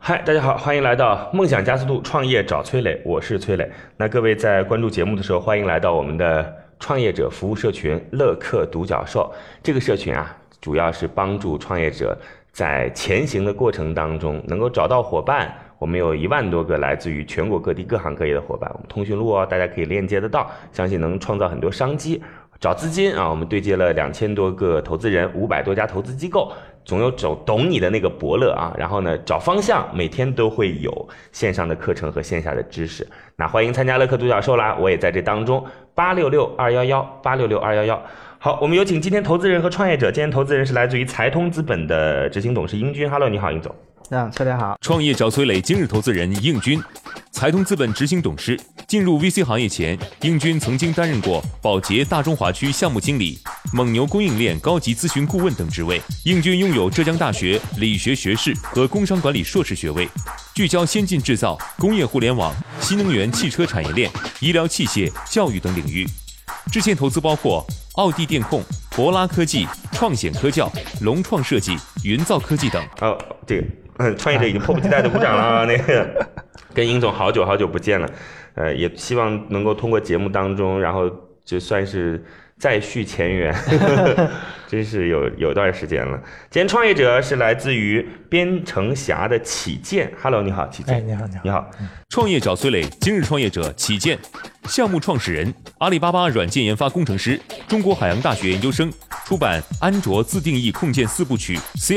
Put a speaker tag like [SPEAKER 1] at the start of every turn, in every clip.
[SPEAKER 1] 嗨，大家好，欢迎来到梦想加速度创业找崔磊，我是崔磊。那各位在关注节目的时候，欢迎来到我们的创业者服务社群乐客独角兽。这个社群啊，主要是帮助创业者在前行的过程当中能够找到伙伴。我们有一万多个来自于全国各地各行各业的伙伴，我们通讯录哦，大家可以链接得到，相信能创造很多商机。找资金啊，我们对接了两千多个投资人，五百多家投资机构，总有找懂你的那个伯乐啊。然后呢，找方向，每天都会有线上的课程和线下的知识。那欢迎参加乐客独角兽啦，我也在这当中。八六六二幺幺，八六六二幺幺。好，我们有请今天投资人和创业者。今天投资人是来自于财通资本的执行董事英军。Hello，你好，英总。
[SPEAKER 2] 嗯，崔磊好。
[SPEAKER 3] 创业找崔磊，今日投资人应军，财通资本执行董事。进入 VC 行业前，应军曾经担任过宝洁大中华区项目经理、蒙牛供应链高级咨询顾问等职位。应军拥有浙江大学理学学士和工商管理硕士学位，聚焦先进制造、工业互联网、新能源汽车产业链、医疗器械、教育等领域。支线投资包括奥地电控、博拉科技、创显科教、龙创设计、云造科技等。
[SPEAKER 1] 哦，这个嗯创业者已经迫不及待的鼓掌了啊！那个跟英总好久好久不见了，呃，也希望能够通过节目当中，然后就算是再续前缘， 真是有有段时间了。今天创业者是来自于边城峡的启建，Hello，你好，启
[SPEAKER 2] 哎，
[SPEAKER 1] 建，
[SPEAKER 2] 你好，你好。
[SPEAKER 1] 你好，
[SPEAKER 3] 创业找崔磊，今日创业者启建，项目创始人，阿里巴巴软件研发工程师，中国海洋大学研究生，出版《安卓自定义控件四部曲》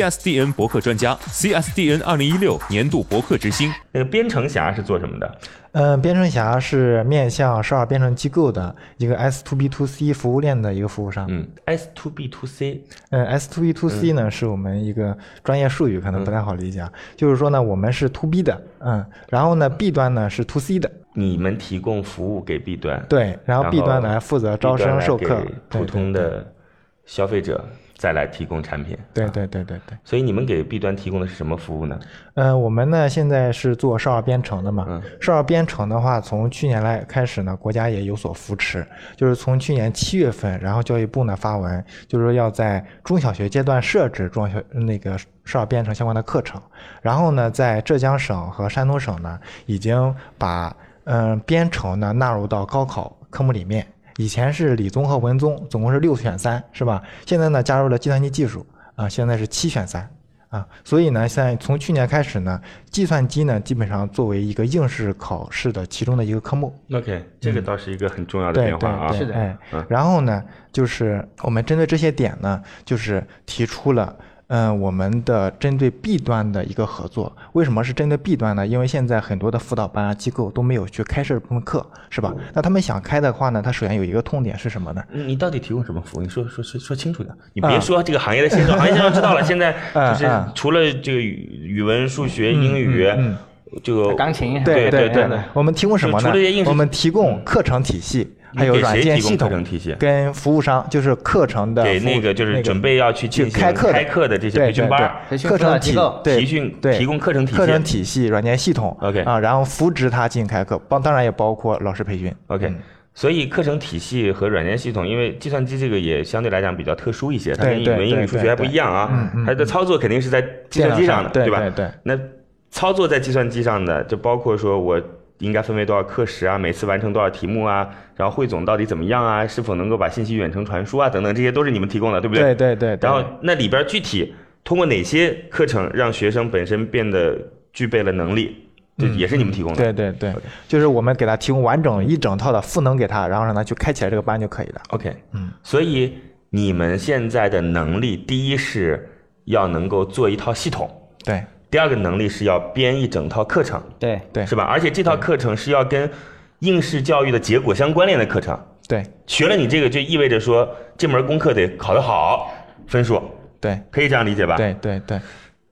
[SPEAKER 3] ，CSDN 博客专家，CSDN 二零一六年度博客之星。
[SPEAKER 1] 那个边城峡是做什么的？
[SPEAKER 2] 嗯，编程侠是面向十二编程机构的一个 S to B to C 服务链的一个服务商。
[SPEAKER 1] 嗯，S to B to C，
[SPEAKER 2] 嗯，S to B to C 呢是我们一个专业术语，可能不太好理解啊。就是说呢，我们是 to B 的，嗯，然后呢 B 端呢是 to C 的，
[SPEAKER 1] 你们提供服务给 B 端，
[SPEAKER 2] 对，然后 B 端来负责招生授课，
[SPEAKER 1] 普
[SPEAKER 2] 对
[SPEAKER 1] 通，的消费者再来提供产品。啊
[SPEAKER 2] 对对对对对。
[SPEAKER 1] 所以你们给 B 端提供的是什么服务呢？
[SPEAKER 2] 嗯，我们呢现在是做少儿编程的嘛。
[SPEAKER 1] 嗯
[SPEAKER 2] 少儿编程的话，从去年来开始呢，国家也有所扶持，就是从去年七月份，然后教育部呢发文，就是说要在中小学阶段设置中小那个少儿编程相关的课程。然后呢，在浙江省和山东省呢，已经把嗯编程呢纳入到高考科目里面。以前是理综和文综，总共是六选三，是吧？现在呢加入了计算机技术啊，现在是七选三。啊，所以呢，现在从去年开始呢，计算机呢基本上作为一个应试考试的其中的一个科目。
[SPEAKER 1] OK，这个倒是一个很重要的
[SPEAKER 2] 对
[SPEAKER 1] 变
[SPEAKER 2] 对
[SPEAKER 1] 化啊。
[SPEAKER 2] 嗯对，
[SPEAKER 4] 是的
[SPEAKER 2] 哎
[SPEAKER 1] 嗯，
[SPEAKER 2] 然后呢，就是我们针对这些点呢，就是提出了。嗯，我们的针对 B 端的一个合作，为什么是针对 B 端呢？因为现在很多的辅导班啊、机构都没有去开设这门课，是吧？那他们想开的话呢，他首先有一个痛点是什么呢？
[SPEAKER 1] 嗯你你到底提供什么服务？你说说说说清楚点。你别
[SPEAKER 2] 啊
[SPEAKER 1] 说这个行业的现状，行哎业现状知道了。现在
[SPEAKER 2] 嗯
[SPEAKER 1] 就是
[SPEAKER 2] 嗯
[SPEAKER 1] 除了这个语语文、数学、英语，
[SPEAKER 2] 嗯
[SPEAKER 1] 这个
[SPEAKER 4] 钢琴
[SPEAKER 1] 对
[SPEAKER 2] 对
[SPEAKER 1] 对
[SPEAKER 2] 对，我们提供什么
[SPEAKER 1] 就
[SPEAKER 2] 呢
[SPEAKER 1] 除了这些应？试嗯
[SPEAKER 2] 我们提供课程体系，还有
[SPEAKER 1] 你给
[SPEAKER 2] 软
[SPEAKER 1] 谁
[SPEAKER 2] 件
[SPEAKER 1] 提供
[SPEAKER 2] 系
[SPEAKER 1] 课
[SPEAKER 2] 统
[SPEAKER 1] 程体系
[SPEAKER 2] 跟服务商，就是课程的
[SPEAKER 1] 给
[SPEAKER 2] 服务
[SPEAKER 1] 那个就是准备要去进
[SPEAKER 2] 去
[SPEAKER 1] 行
[SPEAKER 2] 开课的
[SPEAKER 1] 开课的这些培训班儿，
[SPEAKER 2] 对对
[SPEAKER 4] 培训
[SPEAKER 2] 课
[SPEAKER 4] 辅导
[SPEAKER 2] 程
[SPEAKER 4] 机
[SPEAKER 2] 体
[SPEAKER 4] 构
[SPEAKER 2] 对
[SPEAKER 1] 培训
[SPEAKER 2] 对
[SPEAKER 1] 提供课程体系
[SPEAKER 2] 课程体系、软件系统
[SPEAKER 1] OK
[SPEAKER 2] 啊，然后扶植他进行开课，帮当然也包括老师培训。
[SPEAKER 1] OK，、
[SPEAKER 2] 嗯
[SPEAKER 1] 所以课程体系和软件系统，因为计算机这个也相对来讲比较特殊一些，它
[SPEAKER 2] 对
[SPEAKER 1] 跟语
[SPEAKER 2] 对
[SPEAKER 1] 文、英语、
[SPEAKER 2] 对
[SPEAKER 1] 数学还不一样
[SPEAKER 2] 对对
[SPEAKER 1] 啊
[SPEAKER 2] 嗯，嗯
[SPEAKER 1] 它的操作肯定是在计算机上的，
[SPEAKER 2] 电脑
[SPEAKER 1] 吧？
[SPEAKER 2] 上对对
[SPEAKER 1] 那操作在计算机上的，就包括说我。应该分为多少课时啊？每次完成多少题目啊？然后汇总到底怎么样啊？是否能够把信息远程传输啊？等等，这些都是你们提供的，对不
[SPEAKER 2] 对对对对，
[SPEAKER 1] 然后那里边具体通过哪些课程让学生本身变得具备了能力，这也是你们提供
[SPEAKER 2] 嗯
[SPEAKER 1] 的。
[SPEAKER 2] 对对对，就是我们给他提供完整一整套的赋能给他，然后让他去开起来这个班就可以了。
[SPEAKER 1] OK，
[SPEAKER 2] 嗯，
[SPEAKER 1] 所以你们现在的能力，第一是要能够做一套系统，
[SPEAKER 2] 对
[SPEAKER 1] 第二个能力是要编一整套课程，
[SPEAKER 4] 对
[SPEAKER 2] 对
[SPEAKER 1] 是吧？而且这套课程是要跟应试教育的结果相关联的课程。
[SPEAKER 2] 对
[SPEAKER 1] 学了你这个，就意味着说这门功课得考得好，分数
[SPEAKER 2] 对
[SPEAKER 1] 可以这样理解吧？。
[SPEAKER 2] 对对对，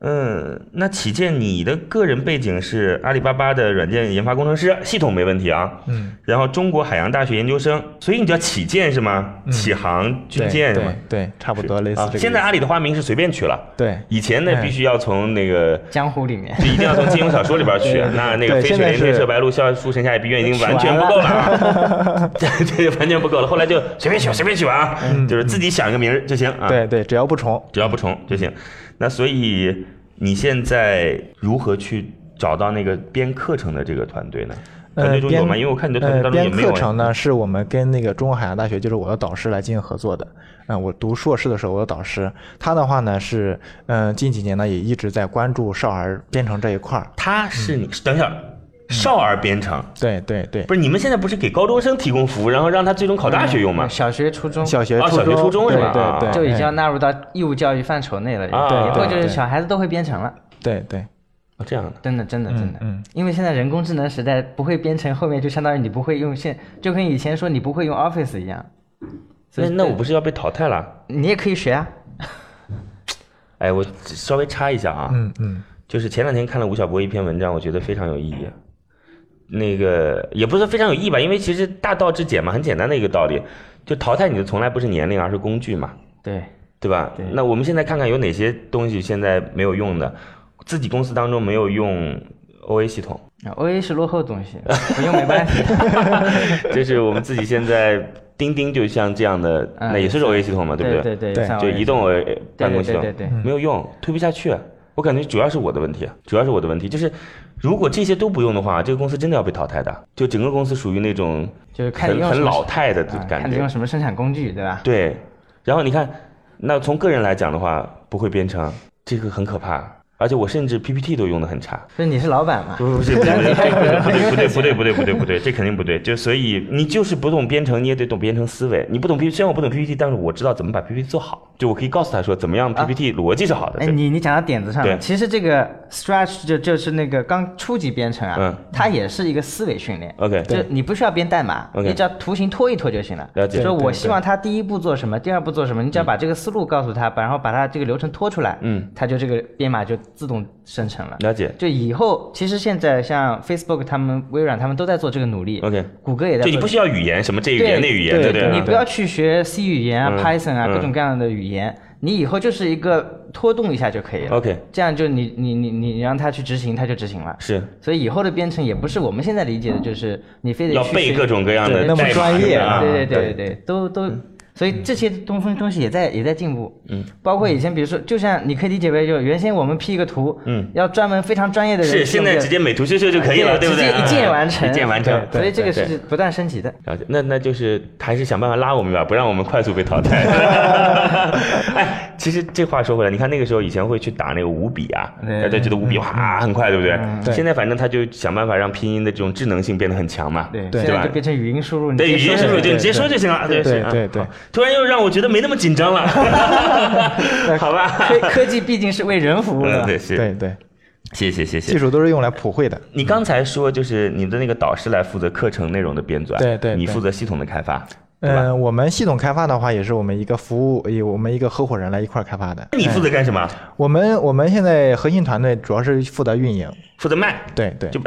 [SPEAKER 1] 嗯，那启建，你的个人背景是阿里巴巴的软件研发工程师，系统没问题啊。
[SPEAKER 2] 嗯，
[SPEAKER 1] 然后中国海洋大学研究生，所以你叫启建是吗？
[SPEAKER 2] 嗯
[SPEAKER 1] 启航军舰是吗
[SPEAKER 2] 对？对对，差不多类似
[SPEAKER 1] 啊
[SPEAKER 2] 这，个。
[SPEAKER 1] 现在阿里的花名是随便取了，
[SPEAKER 2] 对
[SPEAKER 1] 以前呢
[SPEAKER 2] 哎
[SPEAKER 1] 必须要从那个。
[SPEAKER 4] 江湖里 面
[SPEAKER 1] 就一定要从金庸小说里边取，那那个
[SPEAKER 2] 对
[SPEAKER 1] 飞雪
[SPEAKER 2] 现在
[SPEAKER 1] 连天
[SPEAKER 2] 是
[SPEAKER 1] 射白鹿，笑书神侠也闭月，已经完全不够了 啊，这这完全不够了。后来就随便取，随便取啊，就是自己想一个名儿就行啊。
[SPEAKER 2] 嗯对对，只要不重，
[SPEAKER 1] 只要不重就行。那所以你现在如何去找到那个编课程的这个团队呢？团队中有吗？因为我看你的团队
[SPEAKER 2] 呃
[SPEAKER 1] 当中也
[SPEAKER 2] 编
[SPEAKER 1] 没有
[SPEAKER 2] 课
[SPEAKER 1] 啊。
[SPEAKER 2] 程呢，是我们跟那个中国海洋大学，就是我的导师来进行合作的。嗯、我读硕士的时候，我的导师他的话呢是，嗯、近几年呢也一直在关注少儿编程这一块儿。
[SPEAKER 1] 他是
[SPEAKER 2] 嗯
[SPEAKER 1] 你等一下，少儿编程
[SPEAKER 2] 对对对，
[SPEAKER 1] 不是你们现在不是给高中生提供服务，然后让他最终考大学用吗？
[SPEAKER 4] 嗯
[SPEAKER 2] 嗯
[SPEAKER 4] 小学、初中
[SPEAKER 2] 小学、
[SPEAKER 1] 啊
[SPEAKER 2] 初
[SPEAKER 1] 小学
[SPEAKER 2] 中、
[SPEAKER 1] 初中是
[SPEAKER 2] 对
[SPEAKER 1] 吧啊
[SPEAKER 2] 对对，
[SPEAKER 4] 就已经要
[SPEAKER 2] 哎
[SPEAKER 4] 纳入到义务教育范畴内了，
[SPEAKER 1] 啊
[SPEAKER 4] 以后就
[SPEAKER 2] 对
[SPEAKER 4] 是
[SPEAKER 2] 对
[SPEAKER 4] 小孩子都会编程了。
[SPEAKER 2] 对对
[SPEAKER 1] 哦这样的。
[SPEAKER 4] 真的，真的，真的，
[SPEAKER 2] 嗯
[SPEAKER 4] 因为现在人工智能时代，不会编程，后面就相当于你不会用现，就跟以前说你不会用 Office 一样。所
[SPEAKER 1] 那
[SPEAKER 4] 以
[SPEAKER 1] 那我不是要被淘汰了？
[SPEAKER 4] 你也可以学啊，
[SPEAKER 1] 哎，我稍微插一下啊，
[SPEAKER 2] 嗯嗯，
[SPEAKER 1] 就是前两天看了吴晓波一篇文章，我觉得非常有意义。那个也不是非常有意义吧，因为其实大道至简嘛，很简单的一个道理，就淘汰你的从来不是年龄，而是工具嘛。
[SPEAKER 4] 对，
[SPEAKER 1] 对吧？
[SPEAKER 4] 对
[SPEAKER 1] 那我们现在看看有哪些东西现在没有用的，自己公司当中没有用 OA 系统，
[SPEAKER 4] 啊 OA 是落后东 西，不用没关系。
[SPEAKER 1] 就是我们自己现在 钉钉就像这样的，
[SPEAKER 4] 嗯
[SPEAKER 1] 那也是 OA 系统嘛，对不
[SPEAKER 4] 对对，
[SPEAKER 2] 对
[SPEAKER 4] 像
[SPEAKER 1] 就
[SPEAKER 4] OA
[SPEAKER 1] 移动 OA 办公系统
[SPEAKER 4] 对对对
[SPEAKER 2] 嗯
[SPEAKER 1] 没有用，推不下去。我感觉主要是我的问题，主要是我的问题，就是如果这些都不用的话，这个公司真的要被淘汰的，就整个公司属于那种
[SPEAKER 4] 就是看你
[SPEAKER 1] 很
[SPEAKER 4] 用
[SPEAKER 1] 很
[SPEAKER 4] 什么
[SPEAKER 1] 老态的
[SPEAKER 4] 啊
[SPEAKER 1] 感
[SPEAKER 4] 看你
[SPEAKER 1] 觉
[SPEAKER 4] 用。什么生产工具，对吧？
[SPEAKER 1] 对，然后你看，那从个人来讲的话，不会编程，这个很可怕。而且我甚至 PPT 都用的很差。
[SPEAKER 4] 所以你是老板嘛？
[SPEAKER 1] 不 不是不对不对不对不对不对不对不对，这肯定不对。就所以你就是不懂编程，你也得懂编程思维。你不懂 P，虽然我不懂 PPT，但是我知道怎么把 PPT 做好。就我可以告诉他说，怎么样 PPT 逻辑是好的。
[SPEAKER 4] 啊
[SPEAKER 1] 呃
[SPEAKER 4] 哎，
[SPEAKER 1] 对
[SPEAKER 4] 你你讲到点子上
[SPEAKER 1] 对
[SPEAKER 4] 了。其实这个 Stretch 就就是那个刚初级编程啊，
[SPEAKER 1] 嗯
[SPEAKER 4] 它也是一个思维训练。
[SPEAKER 1] OK
[SPEAKER 4] 就你不需要编代码，
[SPEAKER 1] OK
[SPEAKER 4] 你只要图形拖一拖就行了。
[SPEAKER 1] 了解
[SPEAKER 4] 就是
[SPEAKER 1] 对
[SPEAKER 4] 我
[SPEAKER 1] 对
[SPEAKER 4] 希望他第一步做什么，第二步做什么，你只要把这个思路告诉他，把然后把它这个流程拖出来，
[SPEAKER 1] 嗯，
[SPEAKER 4] 它就这个编码就自动生成了。
[SPEAKER 1] 了解。
[SPEAKER 4] 就以后，其实现在像 Facebook 他们、微软他们都在做这个努力
[SPEAKER 1] OK
[SPEAKER 4] 谷歌也
[SPEAKER 1] 就
[SPEAKER 4] 在做。
[SPEAKER 1] 你不需要语言，什么这语言那语言，
[SPEAKER 4] 对
[SPEAKER 1] 对啊
[SPEAKER 4] 你不要去学 C 语言啊、
[SPEAKER 1] 嗯
[SPEAKER 4] Python 啊、
[SPEAKER 1] 嗯
[SPEAKER 4] 各种各样的语言，你以后就是一个拖动一下就可以了。
[SPEAKER 1] OK
[SPEAKER 4] 这样就你你你你你让它去执行，它就执行了。
[SPEAKER 1] 是
[SPEAKER 4] 所以以后的编程也不是我们现在理解的，就是你非得
[SPEAKER 1] 要
[SPEAKER 4] 去
[SPEAKER 1] 背
[SPEAKER 4] 学
[SPEAKER 1] 各种各样的
[SPEAKER 2] 对那么
[SPEAKER 1] 代码
[SPEAKER 2] 专业
[SPEAKER 1] 啊
[SPEAKER 2] 啊
[SPEAKER 4] 对对对对对，都都，
[SPEAKER 1] 嗯
[SPEAKER 4] 所以这些东西东西也在也在进步。嗯，包括以前，比如说，就像你可以理解为，就原先我们 P 一个图，
[SPEAKER 1] 嗯，
[SPEAKER 4] 要专门非常专业的人
[SPEAKER 1] 是
[SPEAKER 4] 去
[SPEAKER 1] 现
[SPEAKER 4] 用
[SPEAKER 1] 在
[SPEAKER 4] 这个
[SPEAKER 1] 直接美图秀秀就可以了，对不对？啊
[SPEAKER 4] 直接一键完
[SPEAKER 1] 一
[SPEAKER 4] 成，
[SPEAKER 1] 键完成。
[SPEAKER 4] 所以这个
[SPEAKER 1] 对
[SPEAKER 4] 是不断升级的。
[SPEAKER 1] 了解，那那就是还是想办法拉我们吧，不让我们快速被淘 汰。哎，其实这话说回来，你看那个时候以前会去打那个五笔啊，
[SPEAKER 4] 对嗯
[SPEAKER 1] 大家觉得五笔哇很快，对不对？
[SPEAKER 2] 对
[SPEAKER 1] 现在反正他就想办法让拼音的这种智能性变得很强嘛，
[SPEAKER 4] 对，
[SPEAKER 2] 对
[SPEAKER 4] 现在
[SPEAKER 1] 吧
[SPEAKER 4] 就？变成语音输入，你
[SPEAKER 1] 对，
[SPEAKER 4] 直
[SPEAKER 1] 语
[SPEAKER 4] 接
[SPEAKER 1] 音输
[SPEAKER 4] 说
[SPEAKER 1] 入就
[SPEAKER 4] 就行
[SPEAKER 1] 你直接说就行了，对
[SPEAKER 2] 对
[SPEAKER 1] 是啊
[SPEAKER 2] 对对
[SPEAKER 1] 好突然又让我觉得没那么紧 张了，好吧？
[SPEAKER 4] 科科技毕竟是为人服务
[SPEAKER 1] 嗯，
[SPEAKER 4] 的，
[SPEAKER 1] 对，是，
[SPEAKER 2] 对对，
[SPEAKER 1] 谢谢谢
[SPEAKER 2] 技
[SPEAKER 1] 谢。
[SPEAKER 2] 术都是用来普惠的。
[SPEAKER 1] 你刚才说就是你的那个导师来负责课程内容的编纂，
[SPEAKER 2] 对对
[SPEAKER 1] 你
[SPEAKER 2] 对
[SPEAKER 1] 负责系统的开发，对吧？
[SPEAKER 2] 嗯，我们系统开发的话，也是我们一个服务，以我们一个合伙人来一块儿开发的。
[SPEAKER 1] 那你负责干什么？
[SPEAKER 2] 我们我们现在核心团队主要是负责运营，
[SPEAKER 1] 负责卖，
[SPEAKER 2] 对对
[SPEAKER 1] 就，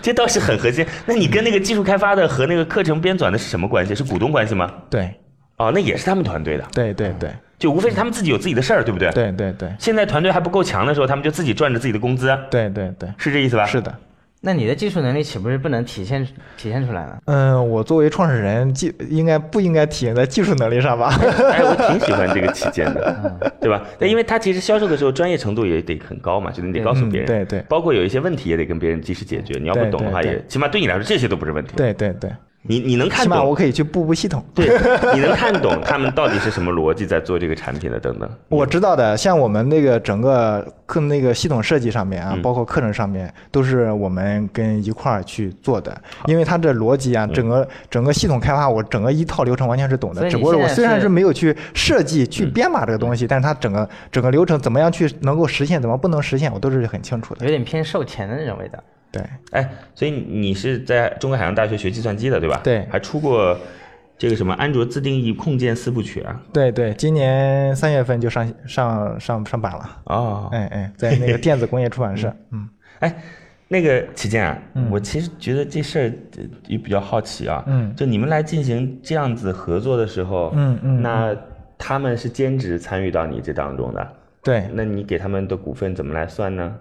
[SPEAKER 1] 这倒是很核心。那你跟那个技术开发的和那个课程编纂的是什么关系？是股东关系吗？
[SPEAKER 2] 对
[SPEAKER 1] 哦，那也是他们团队的，
[SPEAKER 2] 对对对
[SPEAKER 1] 就无非是他们自己有自己的事儿，对不对？。
[SPEAKER 2] 对对对
[SPEAKER 1] 现在团队还不够强的时候，他们就自己赚着自己的工资，
[SPEAKER 2] 对对对，
[SPEAKER 1] 是这意思吧？
[SPEAKER 2] 是。的。
[SPEAKER 4] 那你的技术能力岂不是不能体现体现出来了？
[SPEAKER 2] 嗯，我作为创始人，技应该不应该体现在技术能力上吧？
[SPEAKER 1] 哎，我挺喜欢这个旗舰
[SPEAKER 2] 嗯
[SPEAKER 1] 的，对吧？但因为他其实销售的时候专业程度也得很高嘛，就你得告诉别人，
[SPEAKER 2] 嗯对对
[SPEAKER 1] 包括有一些问题也得跟别人及时解决。你要不
[SPEAKER 2] 对
[SPEAKER 1] 懂的话
[SPEAKER 2] 对
[SPEAKER 1] 也，
[SPEAKER 2] 对
[SPEAKER 1] 起码对你来说这些都不是问题。
[SPEAKER 2] 对对对，
[SPEAKER 1] 你你能看
[SPEAKER 2] 起码我
[SPEAKER 1] 懂，
[SPEAKER 2] 可以去步步系统。
[SPEAKER 1] 对， 你能看懂他们到底是什么逻辑在做这个产品的等等。
[SPEAKER 2] 我知道的，像我们那个整个课那个系统设计上面啊，包括课程上面，都是我们跟一块儿去做的。因为它这逻辑啊，整个整个系统开发，我整个一套流程完全是懂
[SPEAKER 4] 所以
[SPEAKER 2] 的。
[SPEAKER 4] 你
[SPEAKER 2] 只不过
[SPEAKER 4] 现
[SPEAKER 2] 我
[SPEAKER 4] 在
[SPEAKER 2] 虽然
[SPEAKER 4] 是
[SPEAKER 2] 是没有去设计、去编码这个东西，但是它整个整个流程怎么样去能够实现，怎么不能实现，我都是很清楚
[SPEAKER 4] 有
[SPEAKER 2] 的。
[SPEAKER 4] 点偏售前的那种味道。
[SPEAKER 2] 对，
[SPEAKER 1] 哎，所以你是在中国海洋大学学计算机的，对吧？
[SPEAKER 2] 对
[SPEAKER 1] 还出过这个什么安卓自定义控件四部曲啊，
[SPEAKER 2] 对对，今年三月份就上上上上版了。
[SPEAKER 1] 哦，
[SPEAKER 2] 哎哎，在那个电子工业出版社，嗯，
[SPEAKER 1] 哎，那个启健啊，我其实觉得这事儿呃也比较好奇啊，
[SPEAKER 2] 嗯
[SPEAKER 1] 就你们来进行这样子合作的时候，
[SPEAKER 2] 嗯嗯
[SPEAKER 1] 那他们是兼职参与到你这当中的，
[SPEAKER 2] 对，
[SPEAKER 1] 那你给他们的股份怎么来算呢？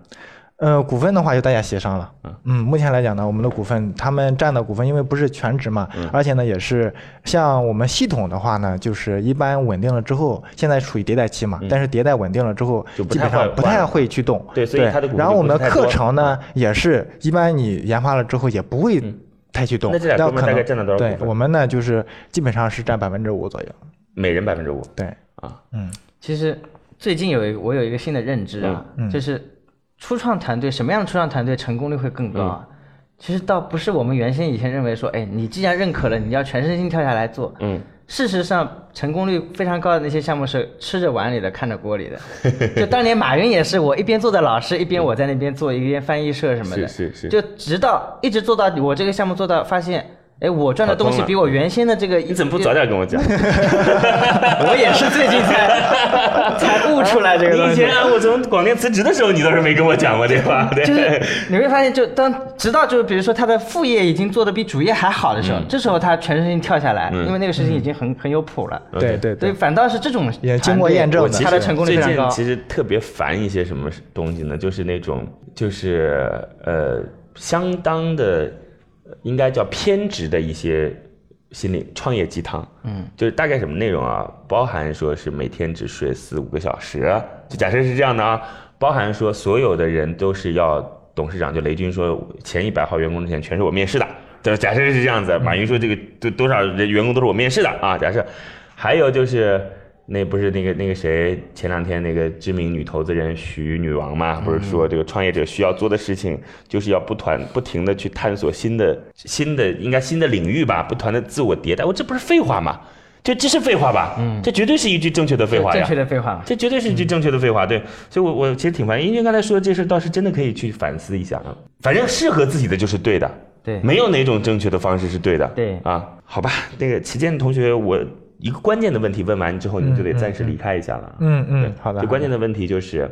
[SPEAKER 2] 呃，股份的话就大家协商了
[SPEAKER 1] 嗯。
[SPEAKER 2] 嗯，目前来讲呢，我们的股份，他们占的股份，因为不是全职嘛，
[SPEAKER 1] 嗯
[SPEAKER 2] 而且呢也是像我们系统的话呢，就是一般稳定了之后，现在处于迭代期嘛，但是迭代稳定了之后，
[SPEAKER 1] 嗯就不
[SPEAKER 2] 基
[SPEAKER 1] 太
[SPEAKER 2] 本
[SPEAKER 1] 会
[SPEAKER 2] 上不
[SPEAKER 1] 换
[SPEAKER 2] 太
[SPEAKER 1] 了
[SPEAKER 2] 会去动。
[SPEAKER 1] 对所以它的股份
[SPEAKER 2] 然后
[SPEAKER 1] 就
[SPEAKER 2] 我
[SPEAKER 1] 不
[SPEAKER 2] 们
[SPEAKER 1] 是
[SPEAKER 2] 的
[SPEAKER 1] 太
[SPEAKER 2] 课
[SPEAKER 1] 多嗯
[SPEAKER 2] 程呢，也是一般你研发了之后也不会太去动。
[SPEAKER 1] 那这俩
[SPEAKER 2] 但
[SPEAKER 1] 哥们
[SPEAKER 2] 可
[SPEAKER 1] 儿大
[SPEAKER 2] 能
[SPEAKER 1] 概占了多少
[SPEAKER 2] 对
[SPEAKER 1] 股份
[SPEAKER 2] 我们呢，就是基本上是占百分之五左右。
[SPEAKER 1] 每人百分之五
[SPEAKER 2] 对，
[SPEAKER 1] 啊，
[SPEAKER 2] 嗯
[SPEAKER 4] 其实最近有一个我有一个新的认知啊，
[SPEAKER 1] 嗯
[SPEAKER 4] 就是初创团队什么样的初创团队成功率会更高
[SPEAKER 1] 嗯
[SPEAKER 4] 啊？其实倒不是我们原先以前认为说，哎，你既然认可了，你要全身心跳下来做。
[SPEAKER 1] 嗯，
[SPEAKER 4] 事实上，成功率非常高的那些项目是吃着碗里的，看着锅 里的。就当年马云也是，我一边做的老师，一边我在那边做一边翻译社什么的。
[SPEAKER 1] 是是是
[SPEAKER 4] 就直到一直做到我这个项目做到，发现，哎，我赚的东
[SPEAKER 1] 跑通
[SPEAKER 4] 西
[SPEAKER 1] 了
[SPEAKER 4] 比我原先的这个
[SPEAKER 1] 你怎么不早点跟我 讲？
[SPEAKER 4] 我也是最近才才悟出来这个东
[SPEAKER 1] 你以
[SPEAKER 4] 西
[SPEAKER 1] 前。啊我从广电辞职的时候，你倒是没跟我讲过对吧？对，
[SPEAKER 4] 就是 你会发现，就当直到就是比如说他的副业已经做的比主业还好的时候，这时候他全身心跳下来，
[SPEAKER 1] 嗯
[SPEAKER 4] 因为那个事情已经很、很有谱了。
[SPEAKER 2] 对对
[SPEAKER 4] 对，
[SPEAKER 2] 对，
[SPEAKER 4] 反倒是这种
[SPEAKER 2] 也经过验证
[SPEAKER 4] 团
[SPEAKER 2] 我
[SPEAKER 4] 队
[SPEAKER 2] 其
[SPEAKER 1] 其
[SPEAKER 2] 实
[SPEAKER 4] 他
[SPEAKER 1] 实
[SPEAKER 4] 的成功率非
[SPEAKER 1] 最
[SPEAKER 4] 常
[SPEAKER 1] 近
[SPEAKER 4] 高。
[SPEAKER 1] 其实特别烦一些什么东西呢？就是那种，就是呃，相当的，呃应该叫偏执的一些心理创业鸡汤。嗯，就是大概什么内容啊？包含说是每天只睡四五个小时，就假设是这样的啊。包含说所有的人都是要董事长，就雷军说前一百号员工之前全是我面试的。就是假设是这样子，马云说这个多多少人员工都是我面试的啊。假设，还有就是那不是那个那个谁，前两天那个知名女投资人徐女王嘛，不是
[SPEAKER 4] 嗯
[SPEAKER 1] 说这个创业者需要做的事情，就是要不团不停的去探索新的新的应该新的领域吧，不断的自我迭代。我这不是废话吗？这这是废话吧？嗯，这绝对是一句正确的废话呀。
[SPEAKER 4] 正确的嗯废话。
[SPEAKER 1] 这绝对是一句正确的废话，对，所以我我其实挺烦，因为刚才说的这事儿倒是真的可以去反思一下啊。反正适合自己的就是对的，
[SPEAKER 4] 对
[SPEAKER 1] 没有哪种正确的方式是对的，
[SPEAKER 4] 对
[SPEAKER 1] 啊，好吧，那个齐健同学，我一个关键的问题问完之后，你就得暂时离开一下了啊，
[SPEAKER 2] 嗯嗯，好的
[SPEAKER 1] 最。
[SPEAKER 2] 好的
[SPEAKER 1] 关键的问题就是，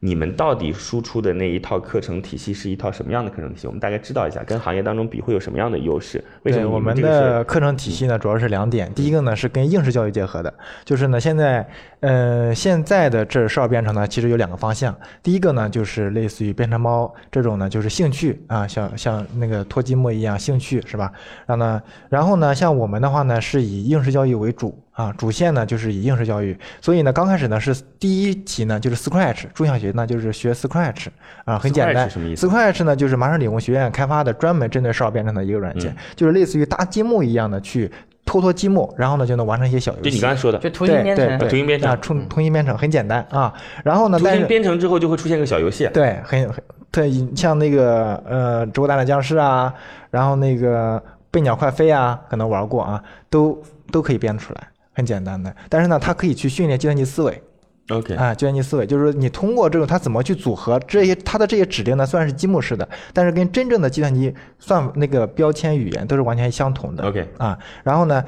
[SPEAKER 1] 你们到底输出的那一套课程体系是一套什么样的课程体系？我们大概知道一下，跟行业当中比会有什么样的优势？为什
[SPEAKER 2] 对
[SPEAKER 1] 么
[SPEAKER 2] 我
[SPEAKER 1] 你
[SPEAKER 2] 们
[SPEAKER 1] 这个
[SPEAKER 2] 的
[SPEAKER 1] 是？
[SPEAKER 2] 课程体系呢，主要是两点。第一个呢是跟应试教育结合的，就是呢现在，呃，现在的这少儿编程呢，其实有两个方向。第一个呢就是类似于编程猫这种呢，就是兴趣啊，像像那个托积木一样兴趣是吧？然后呢，然后呢，像我们的话呢是以应试教育为主啊，主线呢就是以应试教育。所以呢，刚开始呢是第一级呢就是 Scratch，中小学呢就是学 Scratch 啊，很简
[SPEAKER 1] Scratch
[SPEAKER 2] 单。
[SPEAKER 1] 什么意思
[SPEAKER 2] Scratch 呢，就是麻省理工学院开发的专门针对少儿编程的一个软
[SPEAKER 1] 嗯
[SPEAKER 2] 件，就是类似于搭积木一样的去拖拖积木，然后呢就能完成一些小游
[SPEAKER 1] 就你
[SPEAKER 2] 戏
[SPEAKER 1] 刚。才说的，
[SPEAKER 4] 就图
[SPEAKER 2] 对
[SPEAKER 4] 形
[SPEAKER 2] 对
[SPEAKER 4] 编
[SPEAKER 2] 对，
[SPEAKER 4] 程
[SPEAKER 1] 啊，图形编程
[SPEAKER 2] 啊，图图形编程很简单啊。然后呢，
[SPEAKER 1] 图
[SPEAKER 2] 但
[SPEAKER 1] 形
[SPEAKER 2] 是
[SPEAKER 1] 编程之后就会出现一个小游戏，
[SPEAKER 2] 对，很很对，像那个呃《植物大战僵尸》啊，然后那个《笨鸟快飞》啊，可能玩过啊，都都可以编出来，很简单的。但是呢，它可以去训练计算机思维，
[SPEAKER 1] OK，
[SPEAKER 2] 啊，计算机思维就是说你通过这种它怎么去组合这些它的这些指令呢，虽然是积木式的，但是跟真正的计算机算那个标签语言都是完全相同的。
[SPEAKER 1] OK
[SPEAKER 2] 啊，然后呢，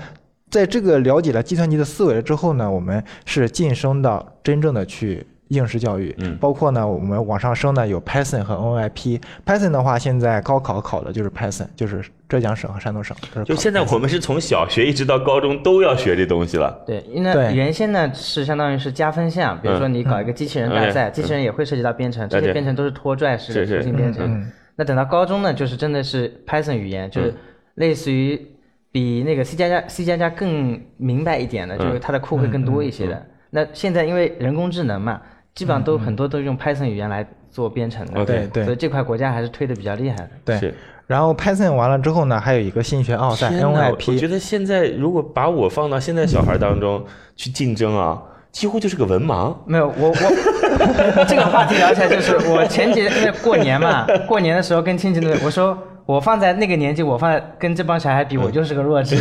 [SPEAKER 2] 在这个了解了计算机的思维了之后呢，我们是晋升到真正的去。应试教育，
[SPEAKER 1] 嗯
[SPEAKER 2] 包括呢，我们往上升呢有 Python 和 NLP。Python 的话，现在高考考的就是 Python，就是浙江省和山东省都是考。
[SPEAKER 1] 就现在我们是从小学一直到高中都要学这东西了。
[SPEAKER 4] 对，因为
[SPEAKER 2] 对
[SPEAKER 4] 原先呢是相当于是加分项，比如说你搞一个机器人大赛，
[SPEAKER 1] 嗯
[SPEAKER 4] 机器人也会涉及到编程，这
[SPEAKER 1] 了
[SPEAKER 4] 些
[SPEAKER 1] 解
[SPEAKER 4] 编程都是拖拽
[SPEAKER 1] 是
[SPEAKER 4] 式
[SPEAKER 1] 是
[SPEAKER 4] 的图形编
[SPEAKER 1] 嗯
[SPEAKER 4] 程。那等到高中呢，就是真的是 Python 语言，就是类似于比那个 C 加加 C 加加更明白一点
[SPEAKER 1] 嗯
[SPEAKER 4] 的，就是它的库会更多一些的。那现在因为人工智能嘛，基本上
[SPEAKER 1] 嗯
[SPEAKER 4] 都很多都用 Python 语言来做编程的，
[SPEAKER 1] OK
[SPEAKER 2] 对对
[SPEAKER 4] 所以这块国家还是推的比较厉害的。
[SPEAKER 2] 对
[SPEAKER 1] 是，
[SPEAKER 2] 然后 Python 完了之后呢，还有一个新学奥赛
[SPEAKER 1] 天哪
[SPEAKER 2] NLP。
[SPEAKER 1] 我觉得现在如果把我放到现在小孩当中去竞争啊，几乎就是个文盲。
[SPEAKER 4] 没有，我我 这个话题聊起来就是我前几天过年嘛，过年的时候跟亲戚那边我说。我放在那个年纪，我放在跟这帮小孩比，我就是 个弱智。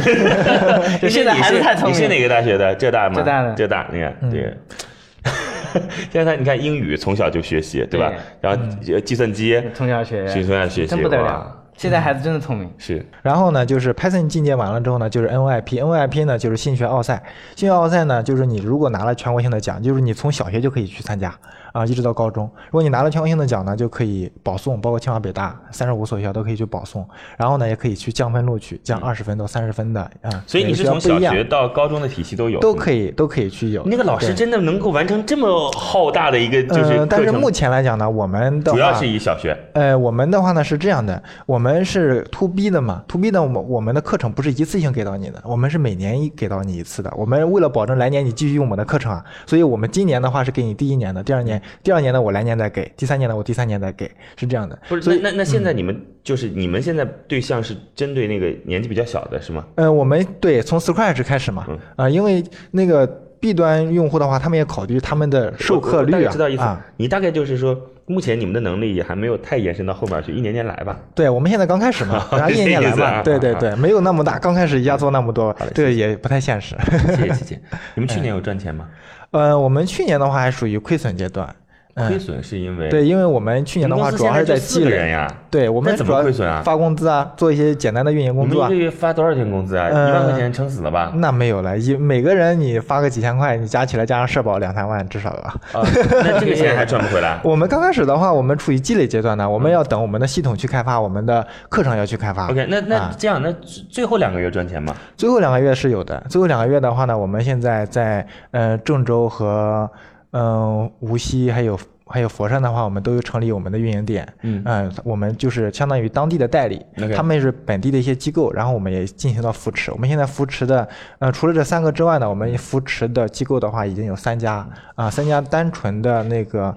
[SPEAKER 4] 就现在
[SPEAKER 1] 嗯你
[SPEAKER 4] 孩子
[SPEAKER 1] 是
[SPEAKER 4] 太聪
[SPEAKER 1] 你是
[SPEAKER 4] 明
[SPEAKER 1] 哪
[SPEAKER 4] 了。
[SPEAKER 1] 个大学的？浙大吗？
[SPEAKER 4] 浙大的嗯
[SPEAKER 1] 浙大，你看这个。 现在他，你看英语从小就学习，对吧？然后计计算机
[SPEAKER 4] 从小学
[SPEAKER 1] 从小学习，
[SPEAKER 4] 嗯真不得了
[SPEAKER 1] 哇。
[SPEAKER 4] 现在孩子真的聪明，
[SPEAKER 1] 是
[SPEAKER 2] 然后呢，就是 Python 进阶完了之后呢，就是 NYP，NYP 呢就是兴趣奥赛，兴趣奥赛呢就是你如果拿了全国性的奖，就是你从小学就可以去参加啊，一直到高中。如果你拿了全国性的奖呢，就可以保送，包括清华、北大三十五所学校都可以去保送，然后呢也可以去降分录取，降二十分到三十分的啊。
[SPEAKER 1] 嗯所以你是从小学到高中的体系都有，嗯
[SPEAKER 2] 都可以都可以去有。
[SPEAKER 1] 那个老师
[SPEAKER 2] 对
[SPEAKER 1] 真的能够完成这么浩大的一个就是课程，
[SPEAKER 2] 呃，但是目前来讲呢，我们的
[SPEAKER 1] 主
[SPEAKER 4] 啊
[SPEAKER 1] 要
[SPEAKER 2] 话
[SPEAKER 1] 是以小学
[SPEAKER 2] 呃，我们的话呢是这样的，我们是 to B 的嘛，to B 的我们我们的课程不是一次性给到你的，我们是每年一给到你一次的。我们为了保证来年你继续用我们的课程啊，所以我们今年的话是给你第一年的，第二年第二年呢我来年再给，第三年呢我第三年再给，是这样的。
[SPEAKER 1] 不是？那那那现
[SPEAKER 4] 嗯
[SPEAKER 1] 在你们就是你们现在对象是针对那个年纪比较小的是吗？
[SPEAKER 2] 呃，我们对从 Scratch 开始嘛
[SPEAKER 1] 嗯，
[SPEAKER 2] 啊、因为那个 B 端用户的话，他们也考虑他们的授课
[SPEAKER 1] 我我
[SPEAKER 2] 率
[SPEAKER 1] 大概
[SPEAKER 2] 啊，
[SPEAKER 1] 知道意思
[SPEAKER 2] 啊，。
[SPEAKER 1] 你大概就是说，目前你们的能力也还没有太延伸到后面去，一年年来 吧。，
[SPEAKER 2] 对，我们现在刚开始嘛然后一年年来
[SPEAKER 1] 这个意思 啊
[SPEAKER 2] 嘛，对对对，没有那么大，刚开始一下做那么多，这个也不太现实。
[SPEAKER 1] 谢谢谢谢。你们去
[SPEAKER 2] 哎
[SPEAKER 1] 年有赚钱吗？
[SPEAKER 2] 呃，我们去年的话还属于亏损阶段，嗯
[SPEAKER 1] 亏损是因为
[SPEAKER 2] 对，因为我们去
[SPEAKER 1] 你
[SPEAKER 2] 年
[SPEAKER 1] 们
[SPEAKER 2] 的
[SPEAKER 1] 公
[SPEAKER 2] 话
[SPEAKER 1] 司
[SPEAKER 2] 主要
[SPEAKER 1] 现
[SPEAKER 2] 是
[SPEAKER 1] 在
[SPEAKER 2] 在
[SPEAKER 1] 就四
[SPEAKER 2] 积
[SPEAKER 1] 个人
[SPEAKER 2] 累，
[SPEAKER 1] 呀，
[SPEAKER 2] 对我
[SPEAKER 1] 那
[SPEAKER 2] 们
[SPEAKER 1] 怎
[SPEAKER 2] 主
[SPEAKER 1] 么
[SPEAKER 2] 要
[SPEAKER 1] 亏损啊
[SPEAKER 2] 发工资啊，做一些简单的运营
[SPEAKER 1] 你
[SPEAKER 2] 工
[SPEAKER 1] 们
[SPEAKER 2] 作
[SPEAKER 1] 一
[SPEAKER 2] 啊嗯
[SPEAKER 1] 个。月啊发多少钱工资啊？
[SPEAKER 2] 呃
[SPEAKER 1] 一万块钱撑死了吧？
[SPEAKER 2] 那没有了，一每个人你发个几千块，你加起来加上社保两三万至少吧。。
[SPEAKER 1] 啊，那这个钱还赚不回来
[SPEAKER 2] 我们刚开始的话，我们处于积累阶段呢，我们要等我们的系统去开发，我们的课程要去开发。
[SPEAKER 1] 嗯 OK，那那
[SPEAKER 2] 啊
[SPEAKER 1] 这样，那最最后两个月赚钱吗？
[SPEAKER 2] 最后两个月是有的。最后两个月的话呢，我们现在在呃郑州和嗯、呃无锡还有还有佛山的话，我们都有成立我们的运营点。
[SPEAKER 1] 嗯
[SPEAKER 2] 呃，我们就是相当于当地的代理
[SPEAKER 1] OK
[SPEAKER 2] 他们是本地的一些机构，然后我们也进行到扶持。我们现在扶持的呃除了这三个之外呢，我们扶持的机构的话已经有三家啊、三家单纯的那个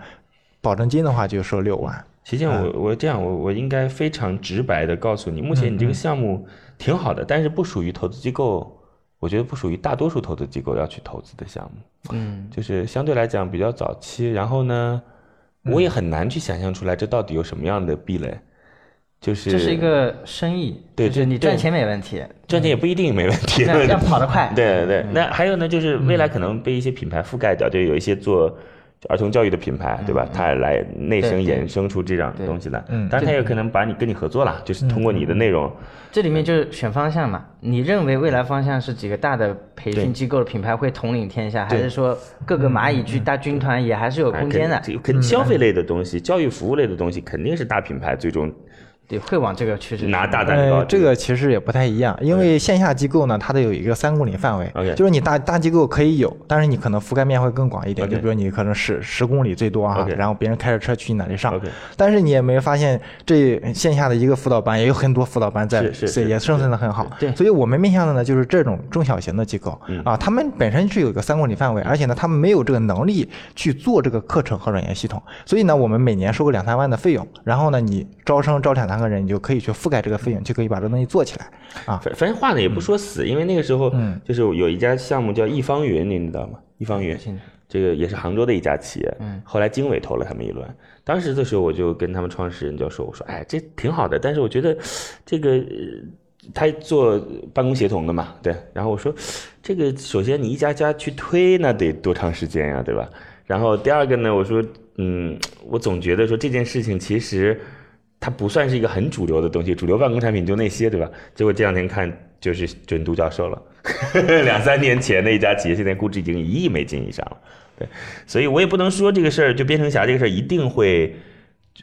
[SPEAKER 2] 保证金的话就收六万。
[SPEAKER 1] 齐静，我我这样，我我应该非常直白的告诉你，目前你这
[SPEAKER 2] 嗯
[SPEAKER 1] 个项目挺好的，但是不属于投资机构，我觉得不属于大多数投资机构要去投资的项目。
[SPEAKER 4] 嗯，
[SPEAKER 1] 就是相对来讲比较早期。然后呢，我
[SPEAKER 4] 嗯
[SPEAKER 1] 也很难去想象出来这到底有什么样的壁垒，就是
[SPEAKER 4] 这是一个生意，
[SPEAKER 1] 对
[SPEAKER 4] 就是你
[SPEAKER 1] 对
[SPEAKER 4] 赚钱没问题，
[SPEAKER 1] 赚钱也不一定没问题。，
[SPEAKER 4] 那要跑得快 嗯
[SPEAKER 1] 对对对，那还有呢，就是未来可能被一些品牌覆盖掉，就有一些做。儿童教育的品牌，对吧？它也来内生
[SPEAKER 4] 嗯对对
[SPEAKER 1] 衍生出这样
[SPEAKER 4] 对
[SPEAKER 1] 东西来，
[SPEAKER 2] 嗯
[SPEAKER 1] 当然它有可能把你跟你合作啦，
[SPEAKER 4] 嗯
[SPEAKER 1] 就是通过你的内容，
[SPEAKER 4] 这里面就是选方向嘛，你认为未来方向是几个大的培
[SPEAKER 1] 对
[SPEAKER 4] 训机构的品牌会统领天下，还
[SPEAKER 1] 对嗯
[SPEAKER 4] 是说各个蚂蚁巨大军团也还是有
[SPEAKER 1] 哎
[SPEAKER 4] 空间的？嗯
[SPEAKER 1] 肯肯消费类的东西、教育服务类的东西，肯定是大品牌最终
[SPEAKER 4] 对，会往这个趋势去
[SPEAKER 1] 拿大蛋糕。
[SPEAKER 2] 呃，这个其实也不太一样，因为线下机构呢，它的有一个三公里范围
[SPEAKER 1] OK
[SPEAKER 2] 就是你大大机构可以有，但是你可能覆盖面会更广一点
[SPEAKER 1] OK
[SPEAKER 2] 就比如你可能十十公里最多啊
[SPEAKER 1] OK
[SPEAKER 2] 然后别人开着车去你那里上
[SPEAKER 1] OK
[SPEAKER 2] 但是你也没发现这线下的一个辅导班也有很多辅导班在，
[SPEAKER 1] 是是是
[SPEAKER 2] 也生存的很好，
[SPEAKER 1] 对
[SPEAKER 2] 所以我们面向的呢就是这种中小型的机构、
[SPEAKER 1] 嗯
[SPEAKER 2] 啊，他们本身是有一个三公里范围，而且呢他们没有这个能力去做这个课程和软件系统，所以呢我们每年收个两三万的费用，然后呢你招生招两三个人，你就可以去覆盖这个费用，就可以把这东西做起来啊。
[SPEAKER 1] 反反正话呢也不说死，因为那个时候
[SPEAKER 2] 嗯
[SPEAKER 1] 就是有一家项目叫易方云，您知道吗？易方云
[SPEAKER 4] 清楚
[SPEAKER 1] 这个也是杭州的一家企业，
[SPEAKER 4] 嗯
[SPEAKER 1] 后来经纬投了他们一轮。当时的时候我就跟他们创始人就说，我说哎这挺好的，但是我觉得这个。呃他做办公协同的嘛，对。然后我说，这个首先你一家家去推，那得多长时间呀、对吧？然后第二个呢，我说，嗯，我总觉得说这件事情其实它不算是一个很主流的东西，主流办公产品就那些，对吧？结果这两天看就是准独角兽了， 两三年前的一家企业，现在估值已经一亿美金以上了。对，所以我也不能说这个事儿就编程侠这个事儿一定会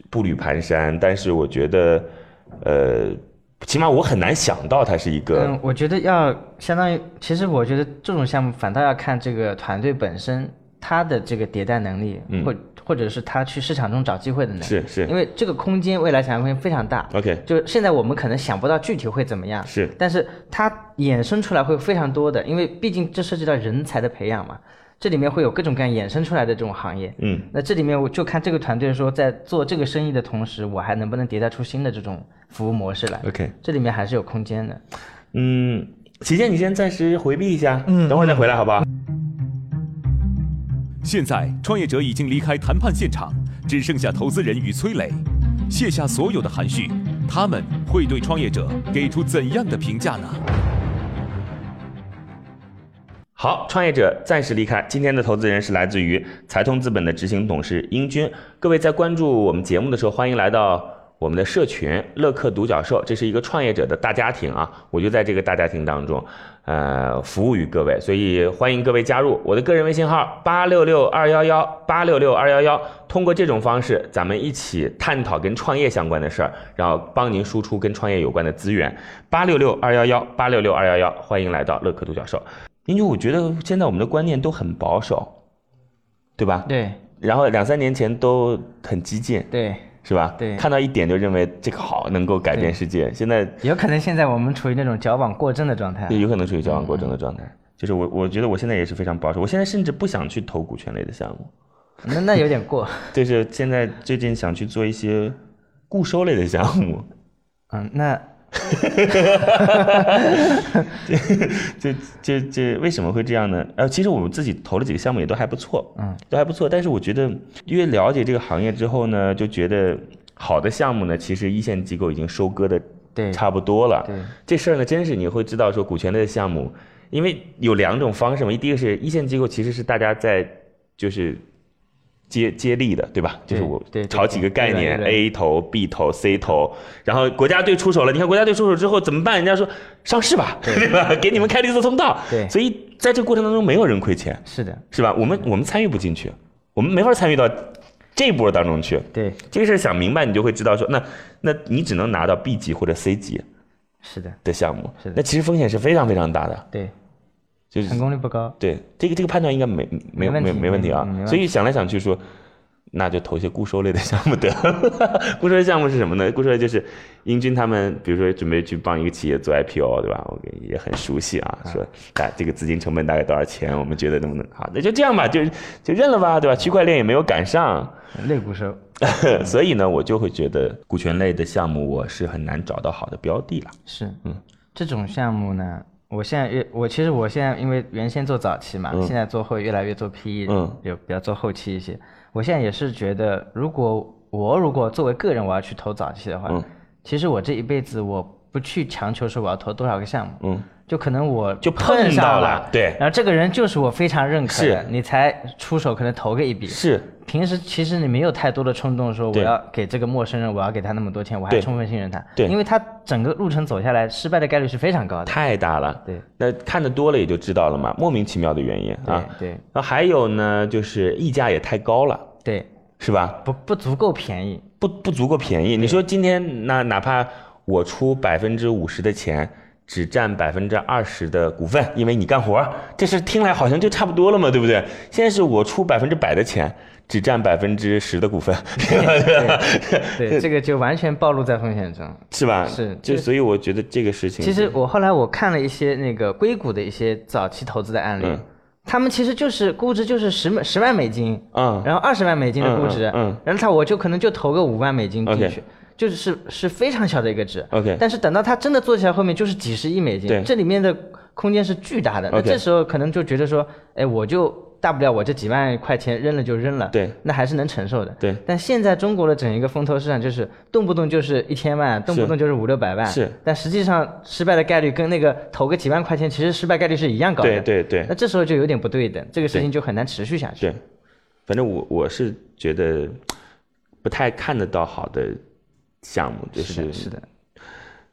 [SPEAKER 1] 步履蹒跚，但是我觉得，呃，起码我很难想到它是一个，
[SPEAKER 4] 嗯，我觉得要相当于，其实我觉得这种项目反倒要看这个团队本身它的这个迭代能力，
[SPEAKER 1] 嗯
[SPEAKER 4] 或或者是它去市场中找机会的能力。
[SPEAKER 1] 是是
[SPEAKER 4] 因为这个空间未来想象空间非常大。
[SPEAKER 1] OK
[SPEAKER 4] 就是现在我们可能想不到具体会怎么样，
[SPEAKER 1] 是
[SPEAKER 4] 但是它衍生出来会非常多的，因为毕竟这涉及到人才的培养嘛，这里面会有各种各样衍生出来的这种行业。
[SPEAKER 1] 嗯，
[SPEAKER 4] 那这里面我就看这个团队说，在做这个生意的同时，我还能不能迭代出新的这种服务模式来
[SPEAKER 1] OK
[SPEAKER 4] 这里面还是有空间的。
[SPEAKER 1] 嗯，齐健，你先暂时回避一下，
[SPEAKER 2] 嗯
[SPEAKER 1] 等会儿再回来好不好？
[SPEAKER 3] 现在，创业者已经离开谈判现场，只剩下投资人与崔磊，卸下所有的含蓄，他们会对创业者给出怎样的评价呢？
[SPEAKER 1] 好，创业者暂时离开。今天的投资人是来自于财通资本的执行董事英军。各位在关注我们节目的时候，欢迎来到我们的社群乐客独角兽，这是一个创业者的大家庭啊，我就在这个大家庭当中，呃，服务于各位，所以欢迎各位加入我的个人微信号八六六二幺幺八六六二幺幺，通过这种方式，咱们一起探讨跟创业相关的事儿，然后帮您输出跟创业有关的资源，八六六二幺幺八六六二幺幺，欢迎来到乐客独角兽。因为我觉得现在我们的观念都很保守，对吧？
[SPEAKER 4] 对
[SPEAKER 1] 然后两三年前都很激进，
[SPEAKER 4] 对，
[SPEAKER 1] 是吧？
[SPEAKER 4] 对
[SPEAKER 1] 看到一点就认为这个好，能够改变
[SPEAKER 4] 对
[SPEAKER 1] 世界。现在
[SPEAKER 4] 有可能现在我们处于那种矫枉过正的状态。啊
[SPEAKER 1] 也有可能处于交往过程的状态。就是我，我觉得我现在也是非常保守，我现在甚至不想去投股权类的项目，
[SPEAKER 4] 那那有点过，
[SPEAKER 1] 就是现在最近想去做一些固收类的项目，
[SPEAKER 4] 嗯，那
[SPEAKER 1] 这这这为什么会这样呢？呃，其实我们自己投了几个项目也都还不错，
[SPEAKER 4] 嗯，
[SPEAKER 1] 都还不错。但是我觉得越了解这个行业之后呢，就觉得好的项目呢，其实一线机构已经收割的
[SPEAKER 4] 对
[SPEAKER 1] 差不多了。
[SPEAKER 4] 嗯对
[SPEAKER 1] 这事儿呢，真是你会知道说股权类的项目，因为有两种方式嘛，第一个是一线机构其实是大家在就是接接力的，对吧？就是
[SPEAKER 4] 对
[SPEAKER 1] 我
[SPEAKER 4] 对对
[SPEAKER 1] 炒几个
[SPEAKER 4] 对
[SPEAKER 1] 概
[SPEAKER 4] 对
[SPEAKER 1] 念
[SPEAKER 4] 对对
[SPEAKER 1] ，A 投、B 投、C 投，然后国家队出手了，你看国家队出手之后怎么办？人家说上市吧，对 吧？给你们开绿色通道，
[SPEAKER 4] 对
[SPEAKER 1] 所以在这过程当中没有人亏钱，
[SPEAKER 4] 是的，
[SPEAKER 1] 是吧？我们我们参与不进去，我们没法参与到这一波当中去。
[SPEAKER 4] 对，
[SPEAKER 1] 这个事儿想明白，你就会知道说，那那你只能拿到 B 级或者 C 级
[SPEAKER 4] 是的，
[SPEAKER 1] 的项目
[SPEAKER 4] 是的，
[SPEAKER 1] 那其实风险是非常非常大的，
[SPEAKER 4] 对，
[SPEAKER 1] 就是
[SPEAKER 4] 成功率不高。
[SPEAKER 1] 对这个这个判断应该没没有
[SPEAKER 4] 没问
[SPEAKER 1] 没
[SPEAKER 4] 题嗯
[SPEAKER 1] 有没问题啊
[SPEAKER 4] 没问。题
[SPEAKER 1] 所以想来想去说，那就投一些固收类的项目得 了。固收类项目是什么呢？固收类就是英军他们，比如说准备去帮一个企业做 IPO，对吧？我给也很熟悉啊，
[SPEAKER 4] 嗯
[SPEAKER 1] 说哎这个资金成本大概多少钱？我们觉得能不能好？那就这样吧，就就认了吧，对吧？区块链也没有赶上，
[SPEAKER 4] 肋骨收，
[SPEAKER 1] 所以呢，我就会觉得股权类的项目我是很难找到好的标的了。
[SPEAKER 4] 是，嗯，这种项目呢，我现在越我其实我现在因为原先做早期嘛，现在做后越来越做 PE，
[SPEAKER 1] 嗯
[SPEAKER 4] 有比较做后期一些。我现在也是觉得，如果我如果作为个人我要去投早期的话，
[SPEAKER 1] 嗯
[SPEAKER 4] 其实我这一辈子我不去强求说我要投多少个项目，
[SPEAKER 1] 嗯，
[SPEAKER 4] 就可能我
[SPEAKER 1] 就碰
[SPEAKER 4] 碰上
[SPEAKER 1] 到了
[SPEAKER 4] 了，
[SPEAKER 1] 对
[SPEAKER 4] 然后这个人就是我非常认可的
[SPEAKER 1] 是，
[SPEAKER 4] 你才出手可能投个一笔，
[SPEAKER 1] 是
[SPEAKER 4] 平时其实你没有太多的冲动，说我
[SPEAKER 1] 对
[SPEAKER 4] 要给这个陌生人，我要给他那么多钱，我还
[SPEAKER 1] 对
[SPEAKER 4] 充分信任他。
[SPEAKER 1] 对
[SPEAKER 4] 因为他整个路程走下来，失败的概率是非常高的。
[SPEAKER 1] 太大了。
[SPEAKER 4] 对，
[SPEAKER 1] 那看的多了也就知道了嘛，莫名其妙的原因
[SPEAKER 4] 对、
[SPEAKER 1] 啊。
[SPEAKER 4] 对
[SPEAKER 1] 那还有呢，就是溢价也太高了，
[SPEAKER 4] 对，
[SPEAKER 1] 是吧？
[SPEAKER 4] 不不足够便宜。
[SPEAKER 1] 不不足够便宜。你说今天那哪怕我出百分之五十的钱，只占百分之二十的股份，因为你干活儿，这事听来好像就差不多了嘛，对不对？现在是我出百分之百的钱，只占百分之十的股份，
[SPEAKER 4] 对，这个就完全暴露在风险中。
[SPEAKER 1] 是吧？
[SPEAKER 4] 是
[SPEAKER 1] 就
[SPEAKER 4] 就
[SPEAKER 1] 所以我觉得这个事情，
[SPEAKER 4] 其实我后来我看了一些那个硅谷的一些早期投资的案例，
[SPEAKER 1] 嗯
[SPEAKER 4] 他们其实就是估值就是十美十万美金，
[SPEAKER 1] 嗯
[SPEAKER 4] 然后二十万美金的估值，
[SPEAKER 1] 嗯嗯嗯
[SPEAKER 4] 然后他我就可能就投个五万美金进
[SPEAKER 1] OK
[SPEAKER 4] 去。就是是非常小的一个值
[SPEAKER 1] OK
[SPEAKER 4] 但是等到他真的做起来，后面就是几十亿美
[SPEAKER 1] 对
[SPEAKER 4] 金，这里面的空间是巨大的。那
[SPEAKER 1] OK
[SPEAKER 4] 这时候可能就觉得说，哎，我就大不了我这几万块钱扔了就扔了，
[SPEAKER 1] 对，
[SPEAKER 4] 那还是能承受的。
[SPEAKER 1] 对
[SPEAKER 4] 但现在中国的整一个风投市场就是动不动就是一千万，动不动就是五六百万，
[SPEAKER 1] 是
[SPEAKER 4] 但实际上失败的概率跟那个投个几万块钱，其实失败概率是一样高的。
[SPEAKER 1] 对对对
[SPEAKER 4] 那这时候就有点不对等，这个事情就很难持续下去。
[SPEAKER 1] 对，反正我我是觉得不太看得到好的项目，就是
[SPEAKER 4] 是的，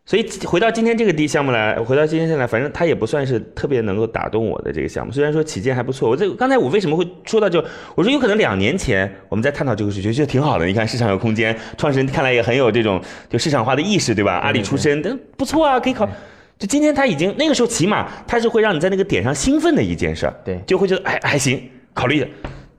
[SPEAKER 1] 所以回到今天这个地项目来，回到今天现在，反正它也不算是特别能够打动我的这个项目。虽然说起见还不错，我这刚才我为什么会说到就我说有可能两年前我们在探讨这个事情，觉得挺好的。你看市场有空间，创始人看来也很有这种就市场化的意识，对吧？阿里出身，但不错啊，可以考。就今天他已经那个时候，起码他是会让你在那个点上兴奋的一件事儿，
[SPEAKER 4] 对
[SPEAKER 1] 就会觉得哎还行，考虑一下。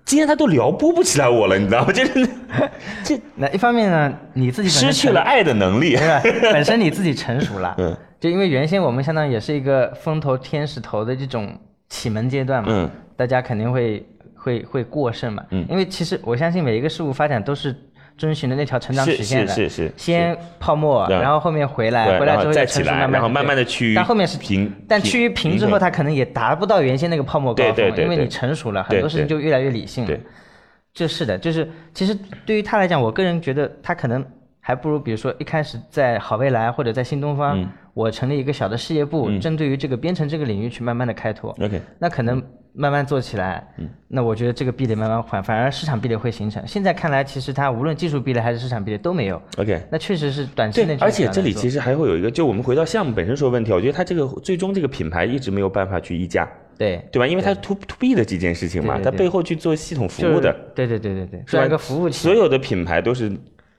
[SPEAKER 1] 今天他都撩拨不起来我了，你知道吗？就是 这
[SPEAKER 4] 那一方面呢，你自己本身
[SPEAKER 1] 失去了爱的能 力。
[SPEAKER 4] 对吧？本 身你自己成熟了，
[SPEAKER 1] 嗯，
[SPEAKER 4] 就因为原先我们相当于也是一个风投天使投的这种启蒙阶段嘛，
[SPEAKER 1] 嗯，
[SPEAKER 4] 大家肯定会会会过剩嘛，
[SPEAKER 1] 嗯
[SPEAKER 4] 因为其实我相信每一个事物发展都是遵循的那条成长
[SPEAKER 1] 是
[SPEAKER 4] 曲线的，
[SPEAKER 1] 是是是
[SPEAKER 4] 先泡沫，
[SPEAKER 1] 对
[SPEAKER 4] 然后后面回来，
[SPEAKER 1] 对
[SPEAKER 4] 哎回来
[SPEAKER 1] 然后
[SPEAKER 4] 之后
[SPEAKER 1] 再
[SPEAKER 4] 又
[SPEAKER 1] 起
[SPEAKER 4] 成熟
[SPEAKER 1] 来
[SPEAKER 4] 慢慢地
[SPEAKER 1] 然后慢慢地
[SPEAKER 4] 对
[SPEAKER 1] 趋于
[SPEAKER 4] 但后面是
[SPEAKER 1] 平
[SPEAKER 4] 但
[SPEAKER 1] 平
[SPEAKER 4] 趋于平之
[SPEAKER 1] 平
[SPEAKER 4] 后，
[SPEAKER 1] 衡
[SPEAKER 4] 它可能也达不到原先那个泡沫高峰，
[SPEAKER 1] 对对对
[SPEAKER 4] 因为
[SPEAKER 1] 对
[SPEAKER 4] 你成熟了，
[SPEAKER 1] 对
[SPEAKER 4] 很多事情
[SPEAKER 1] 对
[SPEAKER 4] 就越来越理性了，
[SPEAKER 1] 对
[SPEAKER 4] 这是的，就是其实对于他来讲，我个人觉得他可能还不如，比如说一开始在好未来或者在新东方，
[SPEAKER 1] 嗯
[SPEAKER 4] 我成立一个小的事业部，针对于这个编程这个领域去慢慢的开拓。
[SPEAKER 1] OK 嗯
[SPEAKER 4] 那可能慢慢做起来，那我觉得这个壁垒慢慢缓，反而市场壁垒会形成。现在看来，其实它无论技术壁垒还是市场壁垒都没有，
[SPEAKER 1] OK，
[SPEAKER 4] 那确实是短期内
[SPEAKER 1] 对，
[SPEAKER 4] 就
[SPEAKER 1] 而且
[SPEAKER 4] 很难
[SPEAKER 1] 这里
[SPEAKER 4] 做
[SPEAKER 1] 其实还会有一个，就我们回到项目本身说问题，我觉得它这个最终这个品牌一直没有办法去议价，
[SPEAKER 4] 对
[SPEAKER 1] 对吧？因为它是 to to B 的这件事情嘛，
[SPEAKER 4] 对对
[SPEAKER 1] 它
[SPEAKER 4] 对
[SPEAKER 1] 背后去做系统服
[SPEAKER 4] 就是
[SPEAKER 1] 务的，
[SPEAKER 4] 对对对对对，
[SPEAKER 1] 是
[SPEAKER 4] 做
[SPEAKER 1] 吧？
[SPEAKER 4] 一个服务器，
[SPEAKER 1] 所有的品牌都是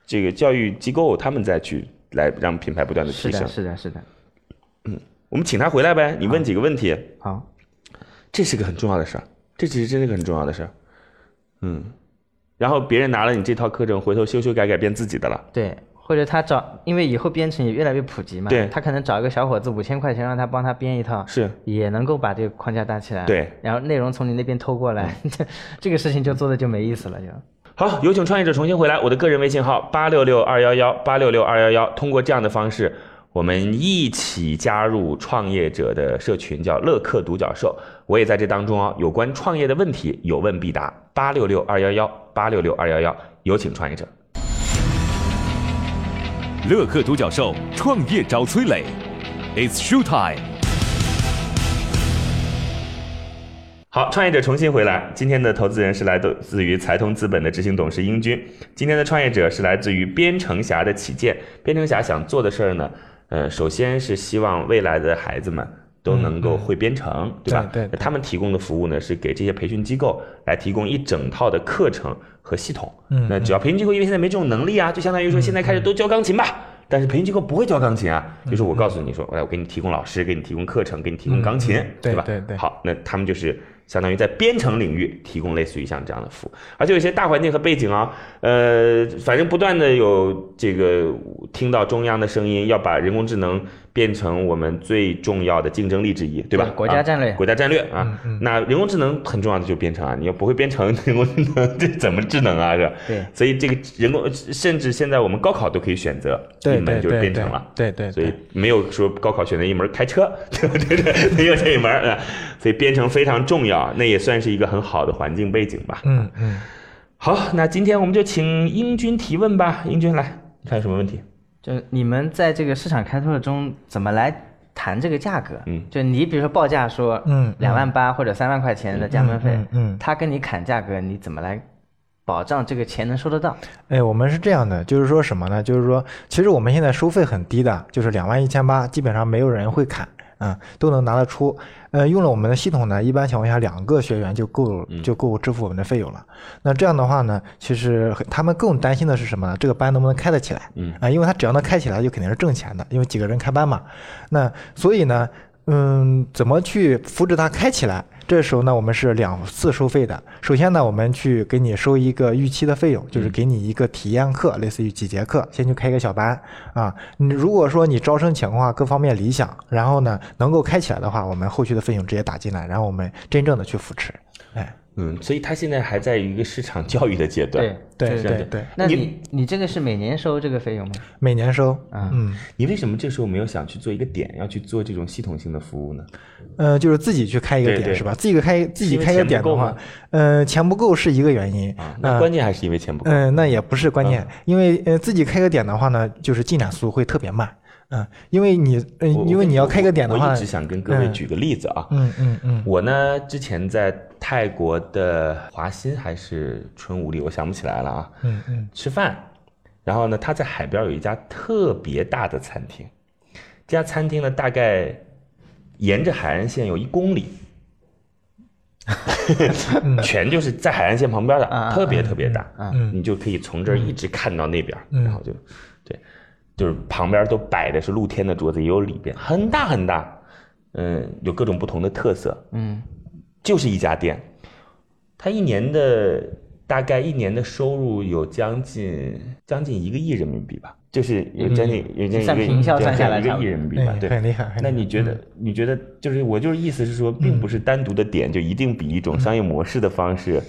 [SPEAKER 1] 这个教育机构他们再去来让品牌不断的
[SPEAKER 4] 是
[SPEAKER 1] 提升
[SPEAKER 4] 的，。是的，是的。
[SPEAKER 1] 我们请他回来呗，你问几个问题，
[SPEAKER 4] 好，
[SPEAKER 1] 这是个很重要的事儿，这其实真是个很重要的事儿，嗯。然后别人拿了你这套课程，回头修修改改变自己的了。
[SPEAKER 4] 对，或者他找，因为以后编程也越来越普及嘛，
[SPEAKER 1] 对
[SPEAKER 4] 他可能找一个小伙子五千块钱让他帮他编一套，
[SPEAKER 1] 是
[SPEAKER 4] 也能够把这个框架搭起来，
[SPEAKER 1] 对，
[SPEAKER 4] 然后内容从你那边偷过来，
[SPEAKER 2] 嗯
[SPEAKER 4] 这 这个事情就做的就没意思了，就。
[SPEAKER 1] 好，有请创业者重新回来。我的个人微信号八六六二幺幺八六六二幺幺，通过这样的方式，我们一起加入创业者的社群，叫乐客独角兽。我也在这当中啊、有关创业的问题有问必答。八六六二幺幺八六六二幺幺，有请创业者。
[SPEAKER 3] 乐客独角兽创业找崔磊，It's show time。
[SPEAKER 1] 好，创业者重新回来。今天的投资人是来自于财通资本的执行董事英军。今天的创业者是来自于边城侠的启健。边城侠想做的事儿呢，呃，首先是希望未来的孩子们都能够会编程，对吧？
[SPEAKER 2] 嗯对对对
[SPEAKER 1] 他们提供的服务呢，是给这些培训机构来提供一整套的课程和系统。
[SPEAKER 2] 嗯
[SPEAKER 1] 那只要培训机构因为现在没这种能力啊，就相当于说现在开始都教钢琴吧。但是培训机构不会教钢琴啊，
[SPEAKER 2] 嗯
[SPEAKER 1] 就是我告诉你说，哎，我给你提供老师，给你提供课程，给你提供钢琴，
[SPEAKER 2] 嗯对
[SPEAKER 1] 吧？
[SPEAKER 2] 对对
[SPEAKER 1] 好，那他们就是相当于在编程领域提供类似于像这样的服务，而且有一些大环境和背景啊，呃，反正不断的有这个听到中央的声音，要把人工智能变成我们最重要的竞争力之一，对吧？
[SPEAKER 4] 对国家战略嗯
[SPEAKER 1] 啊国家战略啊。那人工智能很重要的就是编程啊，你要不会编程，人工智能这怎么智能啊？是吧？
[SPEAKER 4] 对
[SPEAKER 1] 所以这个人工，甚至现在我们高考都可以选择一
[SPEAKER 2] 对
[SPEAKER 1] 门
[SPEAKER 2] 对
[SPEAKER 1] 就是
[SPEAKER 2] 对
[SPEAKER 1] 编程
[SPEAKER 2] 对
[SPEAKER 1] 了。
[SPEAKER 2] 对对，
[SPEAKER 1] 所以没有说高考选择一门开车， 对不对？对没有这一门啊，所以编程非常重要，那也算是一个很好的环境背景吧。
[SPEAKER 2] 嗯嗯，
[SPEAKER 1] 好，那今天我们就请英军提问吧，英军来，你看有什么问题？
[SPEAKER 4] 就你们在这个市场开拓中怎么来谈这个价格？
[SPEAKER 1] 嗯
[SPEAKER 4] 就你比如说报价说，
[SPEAKER 2] 嗯
[SPEAKER 4] 两万八或者三万块钱的加盟费，
[SPEAKER 2] 嗯嗯嗯
[SPEAKER 4] 他跟你砍价格，你怎么来保障这个钱能收得到？
[SPEAKER 2] 哎，我们是这样的，就是说什么呢？就是说，其实我们现在收费很低的，就是两万一千八，基本上没有人会砍。啊、都能拿得出。呃，用了我们的系统呢，一般情况下两个学员就够就够支付我们的费用了。那这样的话呢，其实很他们更担心的是什么呢？这个班能不能开得起来？
[SPEAKER 1] 嗯
[SPEAKER 2] 啊、因为他只要能开起来，就肯定是挣钱的，因为几个人开班嘛。那所以呢，嗯，怎么去扶持它开起来？这时候呢，我们是两次收费的。首先呢，我们去给你收一个预期的费用，
[SPEAKER 1] 嗯
[SPEAKER 2] 就是给你一个体验课，类似于几节课，先去开一个小班啊。你如果说你招生情况各方面理想，然后呢能够开起来的话，我们后续的费用直接打进来，然后我们真正的去扶持。哎，
[SPEAKER 1] 嗯，所以他现在还在一个市场教育的阶段。
[SPEAKER 2] 对
[SPEAKER 4] 对
[SPEAKER 2] 对对，
[SPEAKER 4] 那
[SPEAKER 1] 你
[SPEAKER 4] 你你这个是每年收这个费用吗？
[SPEAKER 2] 每年收，
[SPEAKER 4] 啊
[SPEAKER 2] 嗯。
[SPEAKER 1] 你为什么这时候没有想去做一个点，要去做这种系统性的服务呢？
[SPEAKER 2] 呃，就是自己去开一个
[SPEAKER 1] 对
[SPEAKER 2] 点
[SPEAKER 1] 对
[SPEAKER 2] 是吧？自己开自己
[SPEAKER 1] 因为
[SPEAKER 2] 开一个
[SPEAKER 1] 钱不
[SPEAKER 2] 点
[SPEAKER 1] 够
[SPEAKER 2] 的话
[SPEAKER 1] 吗，
[SPEAKER 2] 呃，钱不够是一个原因
[SPEAKER 1] 啊，那
[SPEAKER 2] 呃
[SPEAKER 1] 关键还是因为钱不够。
[SPEAKER 2] 嗯、那也不是关键，因为呃自己开个点的话呢，就是进展速度会特别慢。嗯、因为你呃，
[SPEAKER 1] 我
[SPEAKER 2] 因为你要开个点的
[SPEAKER 1] 我
[SPEAKER 2] 话
[SPEAKER 1] 一直，想跟各位
[SPEAKER 2] 嗯
[SPEAKER 1] 举个例子啊，
[SPEAKER 2] 嗯嗯嗯，
[SPEAKER 1] 我呢，之前在泰国的华欣还是春武里，我想不起来了啊。
[SPEAKER 2] 嗯嗯，
[SPEAKER 1] 吃饭，然后呢，他在海边有一家特别大的餐厅，这家餐厅呢，大概沿着海岸线有一公里， 全就是在海岸线旁边的，特别特别大。
[SPEAKER 2] 啊嗯
[SPEAKER 1] 你就可以从这儿一直看到那边，
[SPEAKER 2] 嗯
[SPEAKER 1] 然后就，对，就是旁边都摆的是露天的桌子，也有里边，很大很大，嗯，有各种不同的特色。
[SPEAKER 4] 嗯，
[SPEAKER 1] 就是一家店，他一年的大概一年的收入有将近将近一个亿人民币吧，就是有将近、有将近一个
[SPEAKER 4] 嗯算平销
[SPEAKER 1] 对
[SPEAKER 4] 算下来
[SPEAKER 1] 一个
[SPEAKER 4] 差不
[SPEAKER 1] 亿
[SPEAKER 4] 多
[SPEAKER 1] 人民币吧
[SPEAKER 2] 哎，
[SPEAKER 1] 对。
[SPEAKER 2] 很厉害，很厉害嗯
[SPEAKER 1] 那你觉得？你觉得就是我就是意思是说，并不是单独的点就一定比一种商业模式的方式，
[SPEAKER 4] 嗯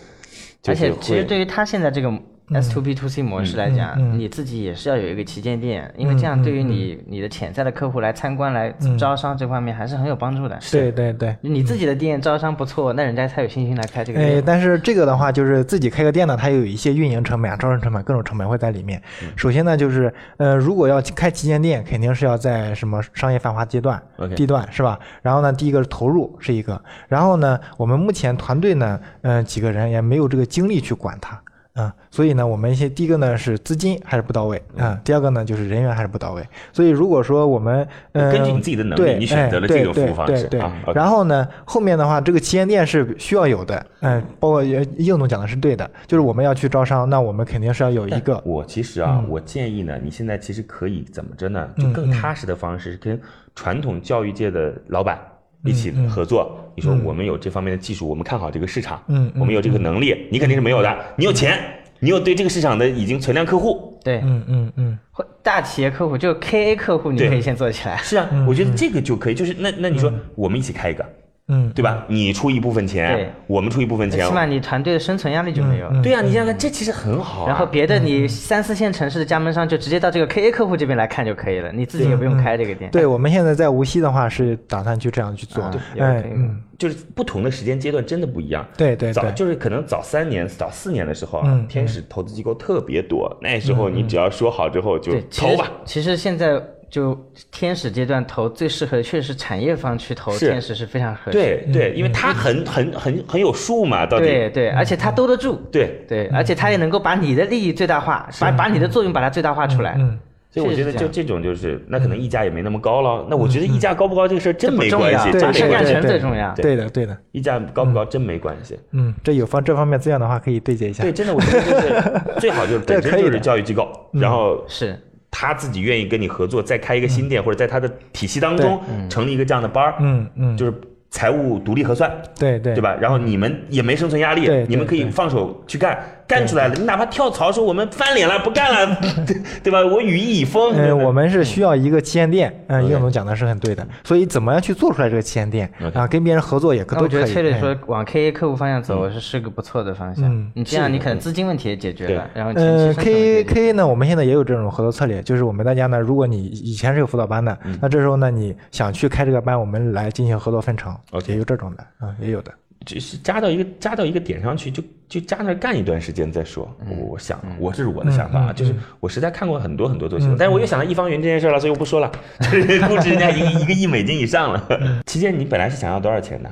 [SPEAKER 1] 就
[SPEAKER 4] 而
[SPEAKER 1] 是
[SPEAKER 4] 且其实
[SPEAKER 1] 会
[SPEAKER 4] 对于他现在这个 S to B to C 模式来讲，
[SPEAKER 2] 嗯嗯嗯嗯
[SPEAKER 4] 你自己也是要有一个旗舰店，因为这样对于你、你的潜在的客户来参观、来招商这方面还是很有帮助的。
[SPEAKER 2] 对对对。
[SPEAKER 4] 你自己的店招商不错，那人家才有信心来开这个
[SPEAKER 2] 哎，
[SPEAKER 4] 店。
[SPEAKER 2] 但是这个的话，就是自己开个店呢，它有一些运营成本啊、招商成本、各种成本会在里面。
[SPEAKER 1] 嗯
[SPEAKER 2] 首先呢，就是呃，如果要开旗舰店，肯定是要在什么商业繁华阶段、
[SPEAKER 1] OK
[SPEAKER 2] 地段是吧？然后呢，第一个是投入是一个，然后呢，我们目前团队呢，嗯、几个人也没有这个精力去管它。啊、所以呢，我们一些第一个呢是资金还是不到位啊、
[SPEAKER 1] 嗯
[SPEAKER 2] 第二个呢就是人员还是不到位。所以如果说我们呃
[SPEAKER 1] 根据你自己的能力
[SPEAKER 2] 对
[SPEAKER 1] 你选择了
[SPEAKER 2] 哎对
[SPEAKER 1] 这种服务方式
[SPEAKER 2] 对对对
[SPEAKER 1] 啊，OK
[SPEAKER 2] 然后呢，后面的话，这个旗舰店是需要有的，嗯，包括也应总讲的是对的，就是我们要去招商，那我们肯定是要有一个，
[SPEAKER 1] 我其实啊，
[SPEAKER 4] 嗯
[SPEAKER 1] 我建议呢，你现在其实可以怎么着呢？就更踏实的方
[SPEAKER 4] 嗯
[SPEAKER 1] 式，跟传统教育界的老板一起
[SPEAKER 4] 嗯
[SPEAKER 1] 合作。你说我们有这方面的技术，我们看好这个市场，
[SPEAKER 2] 嗯嗯
[SPEAKER 1] 我们有这个能力，你肯定是没有
[SPEAKER 4] 嗯
[SPEAKER 1] 的。你有钱，你有对这个市场的已经存量客户。
[SPEAKER 4] 对，
[SPEAKER 2] 嗯嗯嗯，
[SPEAKER 4] 或大企业客户就 KA 客户，你
[SPEAKER 1] 对
[SPEAKER 4] 可以先做起来。
[SPEAKER 1] 是啊，我觉得这个就可以，就是那那你说我们一起开一个，
[SPEAKER 2] 嗯，
[SPEAKER 1] 对吧？你出一部分
[SPEAKER 4] 对
[SPEAKER 1] 钱，我们出一部分钱
[SPEAKER 4] 起，码你团队的生存压力就没有
[SPEAKER 2] 嗯
[SPEAKER 4] 了。
[SPEAKER 1] 对啊，你想想看，这其实很好啊。
[SPEAKER 4] 然后别的你三四线城市的加盟商就直接到这个 KA 客户这边来看就可以了，你自己也不
[SPEAKER 2] 嗯
[SPEAKER 4] 用开这个店。
[SPEAKER 2] 对，我们现在在无锡的话是打算去这样去做，
[SPEAKER 4] 啊也
[SPEAKER 2] 哎
[SPEAKER 4] 可以，
[SPEAKER 2] 嗯，
[SPEAKER 1] 就是不同的时间阶段真的不一样。
[SPEAKER 2] 对对
[SPEAKER 1] 早
[SPEAKER 2] 对，
[SPEAKER 1] 就是可能早三年、早四年的时候啊
[SPEAKER 2] 嗯，
[SPEAKER 1] 天使投资机构特别多，那时候你只要说好之后就
[SPEAKER 4] 对，其
[SPEAKER 1] 投
[SPEAKER 4] 实
[SPEAKER 1] 吧。
[SPEAKER 4] 其实现在就天使阶段投最适合的，确实产业方去投
[SPEAKER 1] 是
[SPEAKER 4] 天使是非常合适。
[SPEAKER 1] 对对，因为它很很很很有数嘛，到底嗯
[SPEAKER 4] 对对，而且他兜得住。
[SPEAKER 1] 对，
[SPEAKER 4] 对，而且他也能够把你的利益最大化，把把你的作用把它最大化出来。
[SPEAKER 2] 嗯，
[SPEAKER 1] 所以我
[SPEAKER 4] 确实
[SPEAKER 1] 觉得
[SPEAKER 4] 是
[SPEAKER 1] 就
[SPEAKER 4] 这样
[SPEAKER 1] 这种就是，那可能溢价也没那么高了。那我觉得溢价高不高这个事儿真
[SPEAKER 4] 不
[SPEAKER 1] 没
[SPEAKER 4] 重
[SPEAKER 1] 关
[SPEAKER 4] 要
[SPEAKER 1] 系，
[SPEAKER 4] 对
[SPEAKER 1] 真
[SPEAKER 4] 把
[SPEAKER 1] 没
[SPEAKER 4] 生
[SPEAKER 1] 关
[SPEAKER 4] 产
[SPEAKER 1] 系
[SPEAKER 4] 权最重要。
[SPEAKER 2] 对的对的，
[SPEAKER 1] 溢价高不高真没关系。
[SPEAKER 2] 嗯，这有方这方面资源的话，可以对接一下
[SPEAKER 1] 对，，真的，我觉得就是最好就是本身
[SPEAKER 2] 可以
[SPEAKER 1] 就是
[SPEAKER 2] 的
[SPEAKER 1] 教育机构，然后
[SPEAKER 4] 是，
[SPEAKER 1] 他自己愿意跟你合作，再开一个新店，或者在他的体系当中成立一个这样的班儿，
[SPEAKER 2] 嗯嗯，
[SPEAKER 1] 就是财务独立核算，
[SPEAKER 2] 对对嗯
[SPEAKER 1] 对？吧？然后你们也没生存压力
[SPEAKER 2] 对，
[SPEAKER 1] 你们
[SPEAKER 2] 对
[SPEAKER 1] 可以
[SPEAKER 2] 对
[SPEAKER 1] 放手去干，干出来了，你哪怕跳槽说我们翻脸了不干了，对对吧？我羽翼已丰，对
[SPEAKER 2] 嗯，
[SPEAKER 1] 不对
[SPEAKER 2] 我们是需要一个旗舰店，嗯，应总讲的是很对的，所以怎么样去做出来这个旗舰店啊？跟别人合作也可
[SPEAKER 4] 那
[SPEAKER 2] 都
[SPEAKER 4] 我觉
[SPEAKER 2] 可
[SPEAKER 4] 得
[SPEAKER 2] 以。
[SPEAKER 4] 崔磊
[SPEAKER 2] 哎
[SPEAKER 4] 说往 KA 客户方向走是
[SPEAKER 1] 嗯
[SPEAKER 4] 是个不错的方向
[SPEAKER 2] 嗯。
[SPEAKER 4] 你这样你可能资金问题也解决了，然后前期
[SPEAKER 2] 呃
[SPEAKER 4] 生存问题
[SPEAKER 2] ，K
[SPEAKER 4] 也
[SPEAKER 2] A
[SPEAKER 4] 解决
[SPEAKER 2] K 呢，我们现在也有这种合作策略，就是我们大家呢，如果你以前是有辅导班的，
[SPEAKER 1] 嗯
[SPEAKER 2] 那这时候呢，你想去开这个班，我们来进行合作分成
[SPEAKER 1] OK
[SPEAKER 2] 也有这种的，啊、也有的，
[SPEAKER 1] 就是扎到一个扎到一个点上去，就就扎那儿干一段时间再说。
[SPEAKER 2] 嗯
[SPEAKER 1] 我我想，我这是我的想法啊，就是我实在看过很多很多
[SPEAKER 2] 嗯
[SPEAKER 1] 作品，但是我又想到一方云这件事了，所以我不说了，就是 估值人家一个一个亿美金以上了。 期间你本来是想要多少钱的？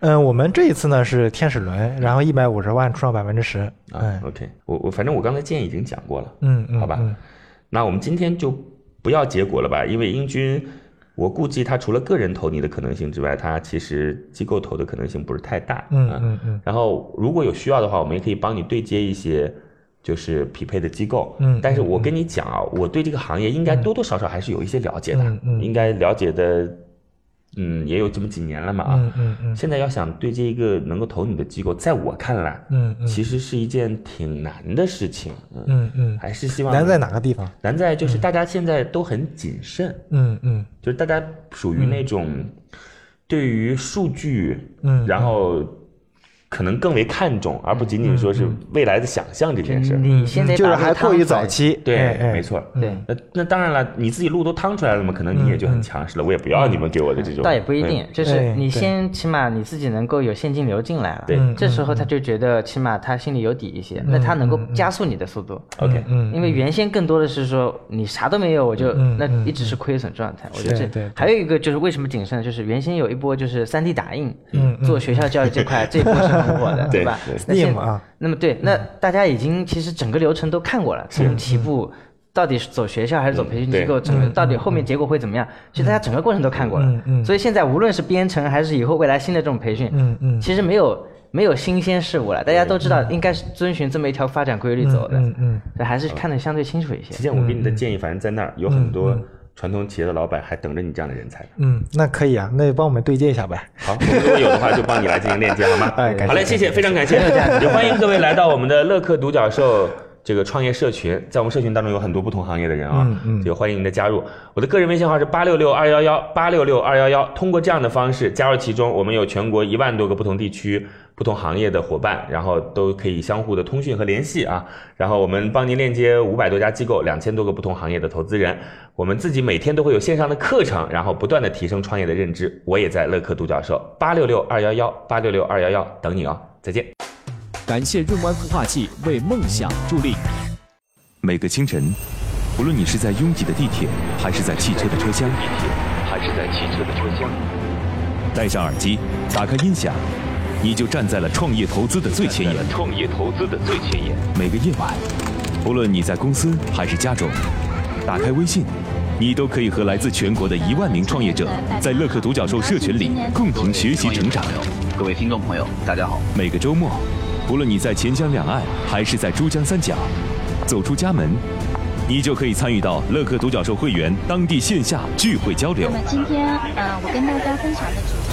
[SPEAKER 2] 嗯，我们这一次呢是天使轮，然后一百五十万出让百分之十，
[SPEAKER 1] 啊
[SPEAKER 2] 嗯
[SPEAKER 1] ，OK，我我反正我刚才建议已经讲过了，
[SPEAKER 2] 嗯嗯，
[SPEAKER 1] 好吧
[SPEAKER 2] 嗯
[SPEAKER 1] 那我们今天就不要结果了吧，因为英军，我估计他除了个人投你的可能性之外，他其实机构投的可能性不是太大。
[SPEAKER 2] 嗯
[SPEAKER 1] 啊
[SPEAKER 2] 嗯嗯
[SPEAKER 1] 然后如果有需要的话，我们也可以帮你对接一些就是匹配的机构。
[SPEAKER 2] 嗯
[SPEAKER 1] 但是我跟你讲啊，我对这个行业应该多多少少还是有一些了解的，
[SPEAKER 2] 嗯嗯
[SPEAKER 1] 应该了解的，嗯，也有这么几年了嘛啊。
[SPEAKER 2] 嗯嗯嗯
[SPEAKER 1] 现在要想对接一个能够投你的机构，在我看来，
[SPEAKER 2] 嗯嗯
[SPEAKER 1] 其实是一件挺难的事情。嗯，
[SPEAKER 2] 嗯嗯，
[SPEAKER 1] 还是希望
[SPEAKER 2] 难
[SPEAKER 1] 你
[SPEAKER 2] 在哪个地方？
[SPEAKER 1] 难在就是
[SPEAKER 4] 嗯
[SPEAKER 1] 大家现在都很谨慎，
[SPEAKER 2] 嗯嗯
[SPEAKER 1] 就是大家属于
[SPEAKER 4] 嗯
[SPEAKER 1] 那种对于数据，
[SPEAKER 2] 嗯
[SPEAKER 1] 然后可能更为看重，而不仅
[SPEAKER 4] 嗯
[SPEAKER 1] 仅说是未来的想象这件事儿。
[SPEAKER 4] 你现在
[SPEAKER 2] 嗯就是
[SPEAKER 4] 把这个
[SPEAKER 2] 还
[SPEAKER 4] 汤
[SPEAKER 2] 过于
[SPEAKER 4] 出来
[SPEAKER 2] 早期，哎
[SPEAKER 1] 对，
[SPEAKER 2] 哎
[SPEAKER 1] 没错。
[SPEAKER 4] 对。
[SPEAKER 1] 那那当然了，你自己路都趟出来了嘛，可能你也就很强势了。我也不要你们给我的这种，
[SPEAKER 4] 嗯倒也不一定，就是
[SPEAKER 2] 哎
[SPEAKER 4] 你
[SPEAKER 2] 对
[SPEAKER 4] 先起码你自己能够有现金流进来了，
[SPEAKER 1] 对
[SPEAKER 2] 嗯
[SPEAKER 4] 这时候他就觉得起码他心里有底一些，那他能够加速你的速度。
[SPEAKER 1] 嗯。OK，
[SPEAKER 2] 嗯，
[SPEAKER 4] 因为原先更多的是说你啥都没有，我就
[SPEAKER 2] 嗯
[SPEAKER 4] 那
[SPEAKER 2] 嗯
[SPEAKER 4] 一直是亏损状态。我觉得
[SPEAKER 2] 对对
[SPEAKER 4] 这
[SPEAKER 2] 对
[SPEAKER 4] 还有一个就是为什么谨慎，就是原先有一波就是三 D 打印，
[SPEAKER 2] 嗯嗯
[SPEAKER 4] 做学校教育 这块这一波是很火的，
[SPEAKER 1] 对
[SPEAKER 4] 吧
[SPEAKER 1] 对？
[SPEAKER 4] 那现
[SPEAKER 2] STEAM 啊
[SPEAKER 4] 那么对，那大家已经其实整个流程都看过了，从起步。
[SPEAKER 2] 嗯
[SPEAKER 4] 到底是走学校还是走培训机构？
[SPEAKER 1] 对
[SPEAKER 4] 整个到底后面结果会怎么样？其实大家整个过程都看过了，
[SPEAKER 2] 嗯嗯
[SPEAKER 4] 所以现在无论是编程还是以后未来新的这种培训，
[SPEAKER 2] 嗯嗯
[SPEAKER 4] 其实没有没有新鲜事物了，大家都知道应该是遵循这么一条发展规律走的。
[SPEAKER 2] 嗯嗯
[SPEAKER 4] 对，还是看得相对清楚一
[SPEAKER 1] 其
[SPEAKER 4] 些。
[SPEAKER 1] 实我给你的建议，反正在那儿有
[SPEAKER 4] 嗯
[SPEAKER 1] 很多传统企业的老板还等着你这样的人才呢。
[SPEAKER 2] 嗯，那可以啊，那就帮我们对接一下呗。
[SPEAKER 1] 好，我们如果有的话，就帮你来进行链接，好吗？
[SPEAKER 2] 哎感谢
[SPEAKER 1] 好嘞，谢谢，非常感谢，也欢迎各位来到我们的乐客独角兽这个创业社群，在我们社群当中有很多不同行业的人啊，
[SPEAKER 2] 嗯嗯
[SPEAKER 1] 这个欢迎您的加入。我的个人微信号是八六六二幺幺八六六二幺幺，通过这样的方式加入其中，我们有全国一万多个不同地区、不同行业的伙伴，然后都可以相互的通讯和联系啊。然后我们帮您链接五百多家机构、两千多个不同行业的投资人。我们自己每天都会有线上的课程，然后不断的提升创业的认知。我也在乐客独角兽八六六二幺幺八六六二幺幺等你哦，再见。
[SPEAKER 5] 感谢润湾孵化器为梦想助力。
[SPEAKER 6] 每个清晨，不论你是在拥挤的地铁，还是在汽车的车厢，还是在汽车的车厢，戴上耳机，打开音响，你就站在了创业投资的最前沿。创业投资的最前沿。每个夜晚，不论你在公司还是家中，打开微信。你都可以和来自全国的一万名创业者，在乐客独角兽社群里共同学习成长。
[SPEAKER 7] 各位听众朋友，大家好。
[SPEAKER 6] 每个周末，不论你在钱江两岸还是在珠江三角，走出家门，你就可以参与到乐客独角兽会员当地线下聚会交流
[SPEAKER 8] 那。么今天，呃，我跟大家分享的主